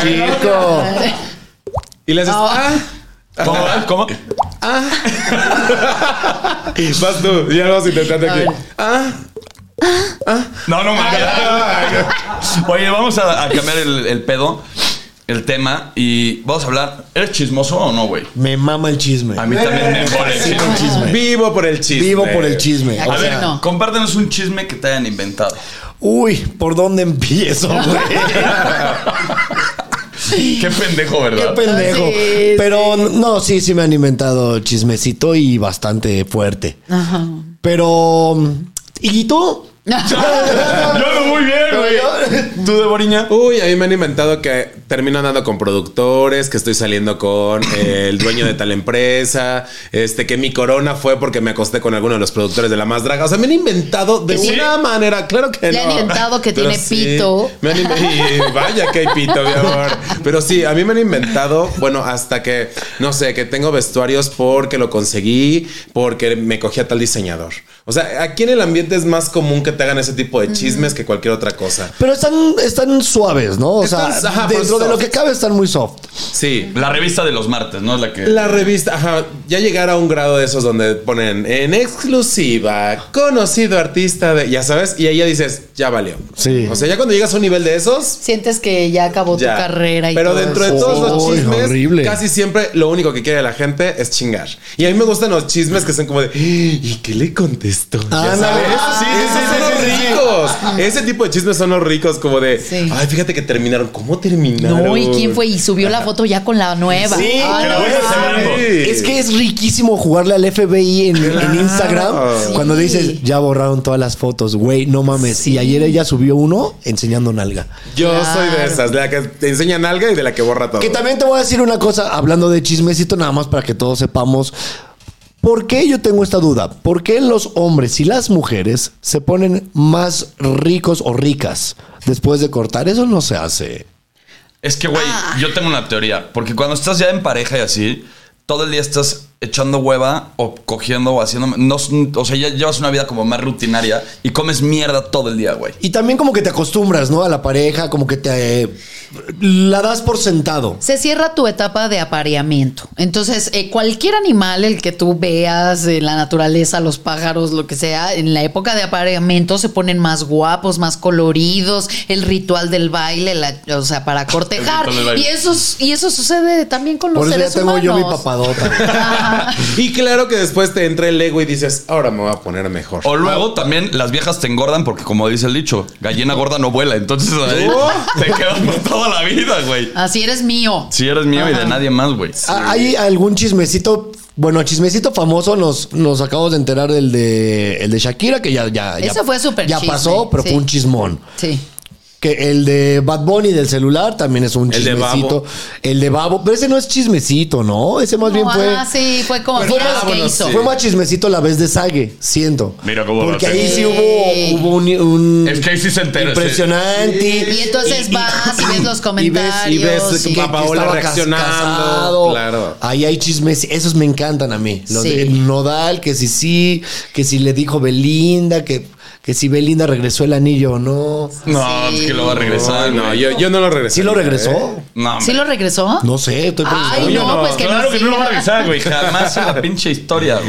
[SPEAKER 2] Muy chico.
[SPEAKER 3] Y les
[SPEAKER 4] Ah.
[SPEAKER 1] ¿Cómo? ¿Cómo?
[SPEAKER 3] "Ah, vas tú, ya vamos intentando
[SPEAKER 4] A
[SPEAKER 3] aquí.
[SPEAKER 4] ver.
[SPEAKER 3] Ah,
[SPEAKER 1] No, no mames. Oye, vamos a, a cambiar el, el pedo, el tema, y vamos a hablar. ¿Eres chismoso o no, güey?
[SPEAKER 2] Me mama el chisme.
[SPEAKER 1] A mí también
[SPEAKER 2] Eh,
[SPEAKER 1] me pone el chisme.
[SPEAKER 3] vivo por el chisme.
[SPEAKER 2] Vivo por el chisme.
[SPEAKER 4] Aquí
[SPEAKER 2] O
[SPEAKER 1] A ver,
[SPEAKER 2] sea,
[SPEAKER 4] no.
[SPEAKER 1] compártenos un chisme que te hayan inventado.
[SPEAKER 2] Uy, ¿por dónde empiezo, güey?
[SPEAKER 1] Qué pendejo,
[SPEAKER 2] Qué
[SPEAKER 1] ¿verdad?
[SPEAKER 2] pendejo.
[SPEAKER 4] Ah, sí,
[SPEAKER 2] Pero no, sí, sí me han inventado chismecito y bastante fuerte.
[SPEAKER 4] Ajá.
[SPEAKER 2] Pero. ¿Y tú?
[SPEAKER 1] Yo no muy bien,
[SPEAKER 2] Pero
[SPEAKER 1] güey.
[SPEAKER 2] yo-
[SPEAKER 1] ¿Tú, Deboriña?
[SPEAKER 3] Uy, a mí me han inventado que termino andando con productores, que estoy saliendo con el dueño de tal empresa, este que mi corona fue porque me acosté con alguno de los productores de la más draga. O sea, me han inventado de
[SPEAKER 1] sí?
[SPEAKER 3] una manera, claro que
[SPEAKER 4] Le
[SPEAKER 3] no.
[SPEAKER 4] han inventado que
[SPEAKER 3] Pero
[SPEAKER 4] tiene pito.
[SPEAKER 3] Me han inventado, vaya que hay pito, mi amor. Pero sí, a mí me han inventado, bueno, hasta que no sé, que tengo vestuarios porque lo conseguí, porque me cogí a tal diseñador. O sea, aquí en el ambiente es más común que te hagan ese tipo de chismes que cualquier otra cosa.
[SPEAKER 2] Pero están, están suaves, ¿no? O sea,
[SPEAKER 3] Están- ajá, pero
[SPEAKER 2] dentro de
[SPEAKER 3] soft.
[SPEAKER 2] lo que cabe están muy soft.
[SPEAKER 3] Sí,
[SPEAKER 1] La revista de los martes, ¿no? Es la que.
[SPEAKER 3] La revista, ajá, ya llegar a un grado de esos donde ponen en exclusiva, conocido artista de, ya sabes, y ahí ya dices, ya valió.
[SPEAKER 2] Sí.
[SPEAKER 3] O sea, ya cuando llegas a un nivel de esos,
[SPEAKER 4] Sientes que ya acabó
[SPEAKER 3] ya.
[SPEAKER 4] tu carrera y
[SPEAKER 3] Pero
[SPEAKER 4] todo
[SPEAKER 3] dentro
[SPEAKER 4] eso.
[SPEAKER 3] de todos los
[SPEAKER 2] Uy,
[SPEAKER 3] chismes,
[SPEAKER 2] horrible.
[SPEAKER 3] casi siempre lo único que quiere la gente es chingar. Y a mí me gustan los chismes que son como de, ¿y qué le contestó? Ya
[SPEAKER 2] Ándale.
[SPEAKER 3] sabes.
[SPEAKER 2] Ah,
[SPEAKER 3] Sí, sí, sí,
[SPEAKER 2] sí, sí,
[SPEAKER 3] sí,
[SPEAKER 2] sí.
[SPEAKER 3] son los ricos. Ese tipo de chismes son los ricos, como de,
[SPEAKER 4] Sí.
[SPEAKER 3] ay, fíjate que terminaron. ¿Cómo terminaron?
[SPEAKER 4] No, ¿y quién fue? Y subió la foto ya con la nueva.
[SPEAKER 2] Sí,
[SPEAKER 4] Ah,
[SPEAKER 1] que la
[SPEAKER 4] no,
[SPEAKER 1] voy a
[SPEAKER 4] mames.
[SPEAKER 1] hacer.
[SPEAKER 3] Sí.
[SPEAKER 2] Es que es riquísimo jugarle al FBI en, en Instagram
[SPEAKER 3] Sí.
[SPEAKER 2] cuando dices, ya borraron todas las fotos, güey, no mames. Y ayer ella subió uno enseñando nalga.
[SPEAKER 3] Yo soy de
[SPEAKER 4] Claro.
[SPEAKER 3] esas, de la que te enseñan algo y de la que borra todo.
[SPEAKER 2] Que también te voy a decir una cosa, hablando de chismecito, nada más para que todos sepamos. ¿Por qué yo tengo esta duda? ¿Por qué los hombres y las mujeres se ponen más ricos o ricas después de cortar? Eso no se hace.
[SPEAKER 3] Ah.
[SPEAKER 1] Es que, güey, yo tengo una teoría. Porque cuando estás ya en pareja y así, todo el día estás echando hueva o cogiendo o haciendo... No, o sea, ya llevas una vida como más rutinaria y comes mierda todo el día, güey.
[SPEAKER 2] Y también como que te acostumbras, ¿no? A la pareja, como que te... eh, la das por sentado.
[SPEAKER 4] Se cierra tu etapa de apareamiento. Entonces, eh, cualquier animal, el que tú veas, en la naturaleza, los pájaros, lo que sea, en la época de apareamiento se ponen más guapos, más coloridos, el ritual del baile, la- o sea, para cortejar.
[SPEAKER 1] ritual del baile.
[SPEAKER 4] y, eso, es- y eso sucede también con los
[SPEAKER 2] Por eso ya
[SPEAKER 4] seres
[SPEAKER 2] tengo yo mi
[SPEAKER 4] humanos.
[SPEAKER 2] papadota.
[SPEAKER 4] Ajá.
[SPEAKER 3] Y claro que después te entra el ego y dices, ahora me voy a poner mejor.
[SPEAKER 1] O luego también las viejas te engordan porque, como dice el dicho, gallina gorda no vuela. Entonces ahí te quedas por toda la vida, güey.
[SPEAKER 4] Así eres mío.
[SPEAKER 1] Si eres mío y de nadie más, güey.
[SPEAKER 2] Ah, ¿Hay algún chismecito? Bueno, chismecito famoso nos, nos acabamos de enterar del de, el de Shakira, que ya, ya, ya-
[SPEAKER 4] Ese fue súper
[SPEAKER 2] Ya
[SPEAKER 4] chisme,
[SPEAKER 2] pasó, pero
[SPEAKER 4] sí.
[SPEAKER 2] fue un chismón.
[SPEAKER 4] Sí.
[SPEAKER 2] Que el de Bad Bunny del celular también es un
[SPEAKER 3] El de Babo.
[SPEAKER 2] chismecito. El de Babo. Pero ese no es chismecito, ¿no? Ese más bien
[SPEAKER 4] No,
[SPEAKER 2] fue.
[SPEAKER 4] ah, sí, fue como,
[SPEAKER 3] Pero
[SPEAKER 4] mira
[SPEAKER 3] ah,
[SPEAKER 4] qué
[SPEAKER 3] bueno,
[SPEAKER 4] hizo.
[SPEAKER 3] sí.
[SPEAKER 2] Fue más chismecito la vez de Sague, siento.
[SPEAKER 1] Mira cómo
[SPEAKER 2] Porque
[SPEAKER 1] va a ser.
[SPEAKER 2] ahí sí
[SPEAKER 4] Sí.
[SPEAKER 2] hubo, hubo un, un
[SPEAKER 1] Es que ahí sí se entera.
[SPEAKER 2] impresionante.
[SPEAKER 4] Y entonces vas y ves los
[SPEAKER 3] y ves-
[SPEAKER 4] comentarios.
[SPEAKER 3] y ves
[SPEAKER 4] y-
[SPEAKER 3] que- Paola
[SPEAKER 2] estaba cas-
[SPEAKER 3] reaccionando,
[SPEAKER 2] casado.
[SPEAKER 3] claro.
[SPEAKER 2] Ahí hay chismes. Esos me encantan a mí. Los
[SPEAKER 4] Sí.
[SPEAKER 2] de Nodal, que si sí, que si le dijo Belinda, que, que si Belinda regresó el anillo o no.
[SPEAKER 1] No, es que lo va a regresar.
[SPEAKER 3] Ay, no,
[SPEAKER 1] güey.
[SPEAKER 3] yo, yo no lo regresé.
[SPEAKER 2] ¿Sí lo
[SPEAKER 3] ¿eh?
[SPEAKER 2] regresó?
[SPEAKER 1] No, hombre.
[SPEAKER 4] ¿Sí lo regresó?
[SPEAKER 2] No sé, estoy pensando.
[SPEAKER 4] Ay,
[SPEAKER 3] Yo
[SPEAKER 4] no,
[SPEAKER 3] no.
[SPEAKER 4] pues que
[SPEAKER 1] claro
[SPEAKER 4] no
[SPEAKER 1] que no lo va a
[SPEAKER 4] siga.
[SPEAKER 1] regresar, güey. Jamás en la pinche historia, güey.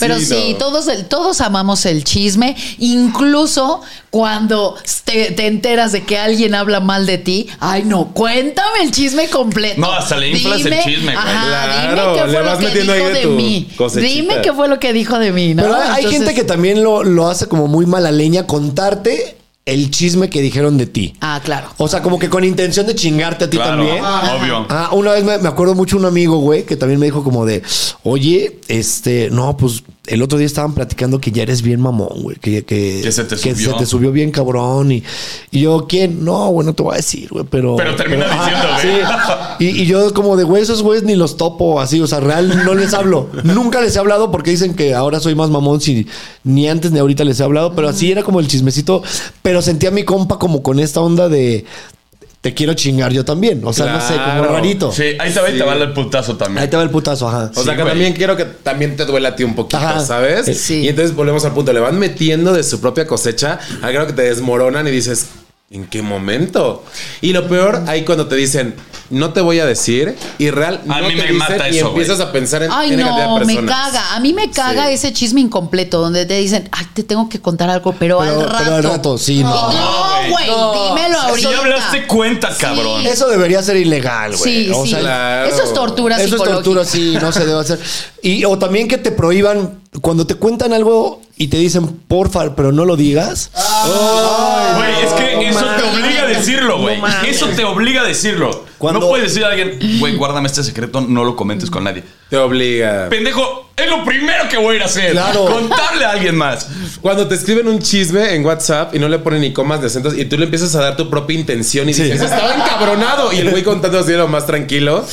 [SPEAKER 4] Pero sí,
[SPEAKER 3] no.
[SPEAKER 4] todos, el- todos amamos el chisme, incluso cuando te, te enteras de que alguien habla mal de ti. Ay, no, cuéntame el chisme completo.
[SPEAKER 1] No, hasta le inflas el chisme, güey.
[SPEAKER 4] ajá,
[SPEAKER 3] Claro,
[SPEAKER 4] dime qué
[SPEAKER 3] le
[SPEAKER 4] fue
[SPEAKER 3] vas
[SPEAKER 4] lo que
[SPEAKER 3] metiendo ahí
[SPEAKER 4] dijo
[SPEAKER 3] de
[SPEAKER 4] de,
[SPEAKER 3] tu
[SPEAKER 4] mí.
[SPEAKER 3] cosechita.
[SPEAKER 4] Dime qué fue lo que dijo de mí, ¿no?
[SPEAKER 2] Pero hay hay gente que también lo, lo hace como muy mala leña contarte el chisme que dijeron de ti.
[SPEAKER 4] Ah, claro.
[SPEAKER 2] O sea, como que con intención de chingarte a ti
[SPEAKER 1] Claro,
[SPEAKER 2] también.
[SPEAKER 1] obvio.
[SPEAKER 2] Ah, una vez me, me acuerdo mucho un amigo, güey, que también me dijo como de, oye, este, no, pues el otro día estaban platicando que ya eres bien mamón, güey, que, que,
[SPEAKER 1] Que se te
[SPEAKER 2] que
[SPEAKER 1] subió.
[SPEAKER 2] se te subió bien cabrón. Y, y yo, ¿quién? No, güey, no te voy a decir, güey, pero...
[SPEAKER 1] Pero termina diciendo, güey.
[SPEAKER 2] sí. Y, y yo como de, güey, esos güeyes ni los topo así, o sea, real, no les hablo. Nunca les he hablado porque dicen que ahora soy más mamón, si ni antes ni ahorita les he hablado, pero así era como el chismecito, pero sentía a mi compa como con esta onda de... Te quiero chingar yo también. O sea, no sé, como
[SPEAKER 3] Claro.
[SPEAKER 2] rarito.
[SPEAKER 1] Sí, ahí te va y te va el putazo
[SPEAKER 2] Ahí
[SPEAKER 1] también.
[SPEAKER 2] te va el putazo, ajá.
[SPEAKER 3] O sea, que
[SPEAKER 1] güey.
[SPEAKER 3] también quiero que también te duela a ti un poquito,
[SPEAKER 2] Ajá.
[SPEAKER 3] ¿sabes?
[SPEAKER 4] Sí.
[SPEAKER 3] Y entonces volvemos al punto. Le van metiendo de su propia cosecha al grado que te desmoronan y dices, ¿en qué momento? Y lo peor, ahí cuando te dicen, no te voy a decir, y real,
[SPEAKER 1] A
[SPEAKER 3] no
[SPEAKER 1] mí me
[SPEAKER 3] te dicen
[SPEAKER 1] mata
[SPEAKER 3] y
[SPEAKER 1] eso,
[SPEAKER 3] empiezas a pensar en
[SPEAKER 4] Ay,
[SPEAKER 3] en la cantidad
[SPEAKER 4] no,
[SPEAKER 3] de
[SPEAKER 4] me
[SPEAKER 3] personas.
[SPEAKER 4] caga. A mí me caga
[SPEAKER 3] Sí.
[SPEAKER 4] ese chisme incompleto donde te dicen, ay, te tengo que contar algo, pero,
[SPEAKER 2] pero,
[SPEAKER 4] al rato.
[SPEAKER 2] pero al rato, sí, no.
[SPEAKER 4] Y No, güey, dímelo ahorita.
[SPEAKER 1] Ya hablaste cuenta, cabrón.
[SPEAKER 2] Eso debería ser ilegal, güey.
[SPEAKER 4] Sí,
[SPEAKER 2] o
[SPEAKER 4] sí.
[SPEAKER 2] sea,
[SPEAKER 3] claro.
[SPEAKER 4] Eso es tortura
[SPEAKER 2] eso es
[SPEAKER 4] psicológica.
[SPEAKER 2] tortura, sí, no se debe hacer. Y, o también que te prohíban, cuando te cuentan algo y te dicen, porfa, pero no lo digas.
[SPEAKER 1] Güey, es que eso te
[SPEAKER 4] mames.
[SPEAKER 1] obliga a decirlo, güey. Eso te obliga a decirlo.
[SPEAKER 2] Cuando-
[SPEAKER 1] No puedes decir a alguien, güey, guárdame este secreto, no lo comentes con nadie.
[SPEAKER 3] Te obliga.
[SPEAKER 1] Pendejo, es lo primero que voy a ir a hacer.
[SPEAKER 2] Claro.
[SPEAKER 1] Contarle a alguien más.
[SPEAKER 3] Cuando te escriben un chisme en WhatsApp y no le ponen ni comas ni acentos y tú le empiezas a dar tu propia intención y dices, estaba encabronado. Y el güey contando así lo más tranquilo.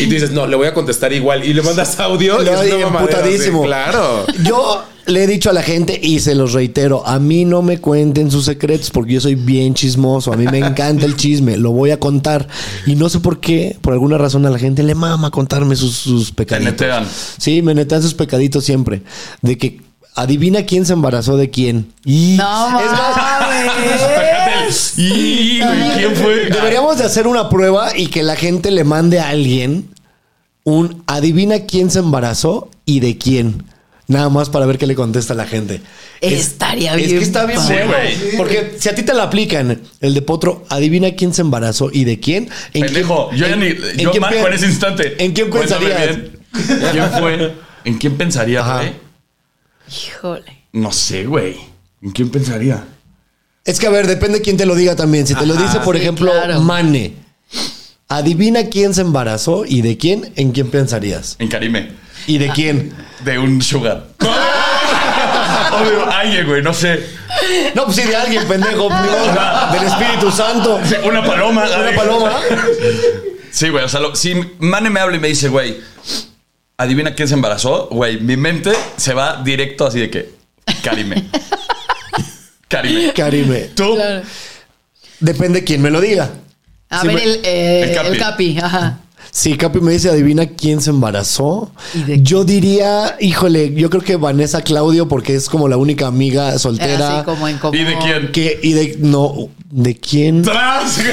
[SPEAKER 3] Y tú dices, no, le voy a contestar igual. Y le mandas audio
[SPEAKER 2] No,
[SPEAKER 3] y es
[SPEAKER 2] y
[SPEAKER 3] una mamadera,
[SPEAKER 2] emputadísimo.
[SPEAKER 3] sí, Claro.
[SPEAKER 2] Yo le he dicho a la gente y se los reitero, a mí no me cuenten sus secretos porque yo soy bien chismoso, a mí me encanta el chisme, lo voy a contar y no sé por qué, por alguna razón a la gente le mama contarme sus, sus pecaditos.
[SPEAKER 1] netean.
[SPEAKER 2] Sí, me netean sus pecaditos siempre, de que adivina quién se embarazó de quién. Y
[SPEAKER 4] No
[SPEAKER 2] es más,
[SPEAKER 1] Y, güey, ¿quién fue?
[SPEAKER 2] deberíamos de hacer una prueba y que la gente le mande a alguien un adivina quién se embarazó y de quién. Nada más para ver qué le contesta la gente. Es-
[SPEAKER 4] Estaría
[SPEAKER 2] Es
[SPEAKER 4] bien.
[SPEAKER 2] que está bien
[SPEAKER 4] padre.
[SPEAKER 1] Sí,
[SPEAKER 2] bueno.
[SPEAKER 1] güey.
[SPEAKER 2] Porque si a ti te la aplican, el de Potro, adivina quién se embarazó y de quién. ¿En
[SPEAKER 1] Pendejo,
[SPEAKER 2] quién-
[SPEAKER 1] yo ya
[SPEAKER 2] en-
[SPEAKER 1] ni.
[SPEAKER 2] en
[SPEAKER 1] yo
[SPEAKER 2] quién
[SPEAKER 1] marco
[SPEAKER 2] pe-
[SPEAKER 1] en ese instante.
[SPEAKER 2] ¿En quién
[SPEAKER 1] Cuéntame
[SPEAKER 2] pensarías?
[SPEAKER 1] bien. ¿Quién fue? ¿En quién pensaría,
[SPEAKER 2] Ajá.
[SPEAKER 1] güey?
[SPEAKER 4] Híjole.
[SPEAKER 1] No sé, güey. ¿En quién pensaría?
[SPEAKER 2] Es que a ver, depende quién te lo diga también. Si te lo dice, por
[SPEAKER 4] sí,
[SPEAKER 2] ejemplo,
[SPEAKER 4] claro.
[SPEAKER 2] Mane. Adivina quién se embarazó y de quién, en quién pensarías.
[SPEAKER 1] En Karime.
[SPEAKER 2] ¿Y
[SPEAKER 4] Ah.
[SPEAKER 2] de quién?
[SPEAKER 1] De un sugar. Obvio, alguien, güey, no sé.
[SPEAKER 2] No, pues sí, de alguien, pendejo. digo, del Espíritu Santo.
[SPEAKER 1] Una paloma.
[SPEAKER 2] Una
[SPEAKER 1] alguien.
[SPEAKER 2] paloma.
[SPEAKER 1] Sí, güey, o sea, lo- si Mane me habla y me dice, güey, adivina quién se embarazó, güey, mi mente se va directo así de que, Karime. Karime.
[SPEAKER 2] Karime.
[SPEAKER 1] ¿Tú?
[SPEAKER 4] Claro.
[SPEAKER 2] Depende quién me lo diga.
[SPEAKER 4] A
[SPEAKER 1] Sí,
[SPEAKER 4] ver,
[SPEAKER 1] me-
[SPEAKER 4] el, eh,
[SPEAKER 1] el
[SPEAKER 4] el
[SPEAKER 1] Capi.
[SPEAKER 4] capi. Ajá.
[SPEAKER 2] Si Capi me dice, adivina quién se embarazó.
[SPEAKER 4] ¿Y de-
[SPEAKER 2] Yo diría, híjole, yo creo que Vanessa Claudio, porque es como la única amiga soltera.
[SPEAKER 4] Así como en como-
[SPEAKER 1] ¿Y de quién?
[SPEAKER 2] que, y de. No, ¿de quién?
[SPEAKER 1] ¡Tras! güey!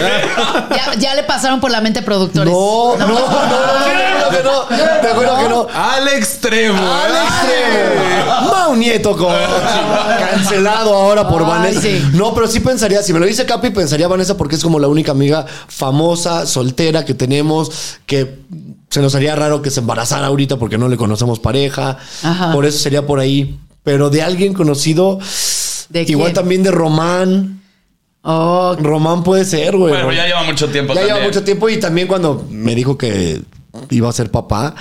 [SPEAKER 4] Ya, ya le pasaron por la mente productores.
[SPEAKER 2] No, no, no, no, no, te juro que no, te juro que no.
[SPEAKER 3] Al extremo.
[SPEAKER 2] Alex, Mau Nieto con- cancelado ahora por
[SPEAKER 4] Ay,
[SPEAKER 2] Vanessa.
[SPEAKER 4] sí.
[SPEAKER 2] No, pero sí pensaría, si me lo dice Capi, pensaría Vanessa porque es como la única amiga famosa, soltera que tenemos, que se nos haría raro que se embarazara ahorita porque no le conocemos pareja.
[SPEAKER 4] Ajá.
[SPEAKER 2] Por eso sería por ahí. Pero de alguien conocido,
[SPEAKER 4] ¿De
[SPEAKER 2] igual
[SPEAKER 4] quién?
[SPEAKER 2] también de Román.
[SPEAKER 4] Oh,
[SPEAKER 2] Román puede ser, güey.
[SPEAKER 1] Bueno, ya lleva mucho tiempo
[SPEAKER 2] Ya lleva
[SPEAKER 1] también.
[SPEAKER 2] mucho tiempo y también cuando me dijo que iba a ser papá,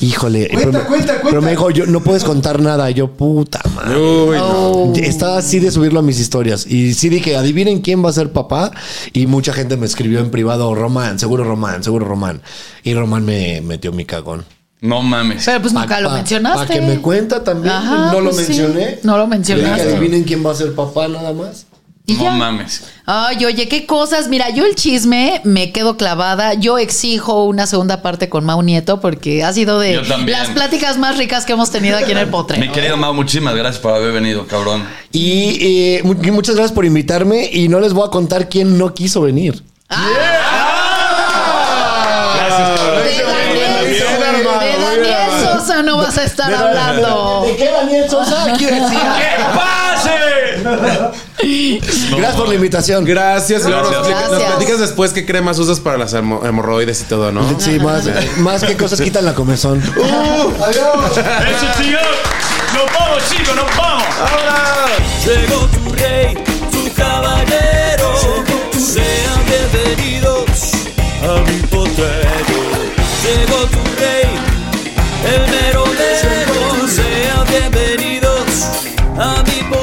[SPEAKER 2] híjole.
[SPEAKER 6] Cuenta,
[SPEAKER 2] pero, me-
[SPEAKER 6] cuenta, cuenta.
[SPEAKER 2] Pero me dijo, yo, no puedes contar nada. Y Yo, puta madre.
[SPEAKER 3] Uy, no.
[SPEAKER 4] oh.
[SPEAKER 2] Estaba así de subirlo a mis historias. Y sí dije, adivinen quién va a ser papá. Y mucha gente me escribió en privado, Román, seguro Román, seguro Román. Y Román me metió mi cagón.
[SPEAKER 1] No mames.
[SPEAKER 4] Pero pues
[SPEAKER 2] Pa-
[SPEAKER 4] nunca lo
[SPEAKER 2] pa-
[SPEAKER 4] mencionaste.
[SPEAKER 2] pa' que me cuenta también.
[SPEAKER 4] Ajá,
[SPEAKER 2] no lo
[SPEAKER 4] pues sí.
[SPEAKER 2] mencioné.
[SPEAKER 4] No lo
[SPEAKER 2] Dije,
[SPEAKER 4] mencionaste.
[SPEAKER 2] adivinen quién va a ser papá nada más.
[SPEAKER 4] Y
[SPEAKER 1] No
[SPEAKER 4] ya.
[SPEAKER 1] mames.
[SPEAKER 4] Ay, oye, qué cosas. Mira, yo el chisme me quedo clavada. Yo exijo una segunda parte con Mau Nieto porque ha sido de
[SPEAKER 1] Yo también.
[SPEAKER 4] las pláticas más ricas que hemos tenido aquí en el potre.
[SPEAKER 1] Mi querido Mau, muchísimas gracias por haber venido, cabrón.
[SPEAKER 2] Y eh, mu- muchas gracias por invitarme y no les voy a contar quién no quiso venir.
[SPEAKER 1] Gracias, cabrón.
[SPEAKER 4] De Daniel,
[SPEAKER 3] Bien,
[SPEAKER 4] de
[SPEAKER 3] hermano, bien,
[SPEAKER 4] Daniel
[SPEAKER 3] hermano.
[SPEAKER 4] Sosa no vas a estar hablando.
[SPEAKER 2] ¿De qué Daniel Sosa? Aquí decía.
[SPEAKER 1] ¡Que pase!
[SPEAKER 2] Gracias por la invitación.
[SPEAKER 3] Gracias, Laura. Nos platica- Nos
[SPEAKER 4] Gracias.
[SPEAKER 3] platicas después qué cremas usas para las hemo- hemorroides y todo, ¿no?
[SPEAKER 2] Sí, más, más que cosas quitan la comezón.
[SPEAKER 1] ¡Eso, señor! ¡Nos vamos, chicos! ¡Nos vamos!
[SPEAKER 8] Llegó tu rey, tu caballero. Sean bienvenidos a mi potrero. Llegó tu rey, el merodero. Sean bienvenidos a mi potrero.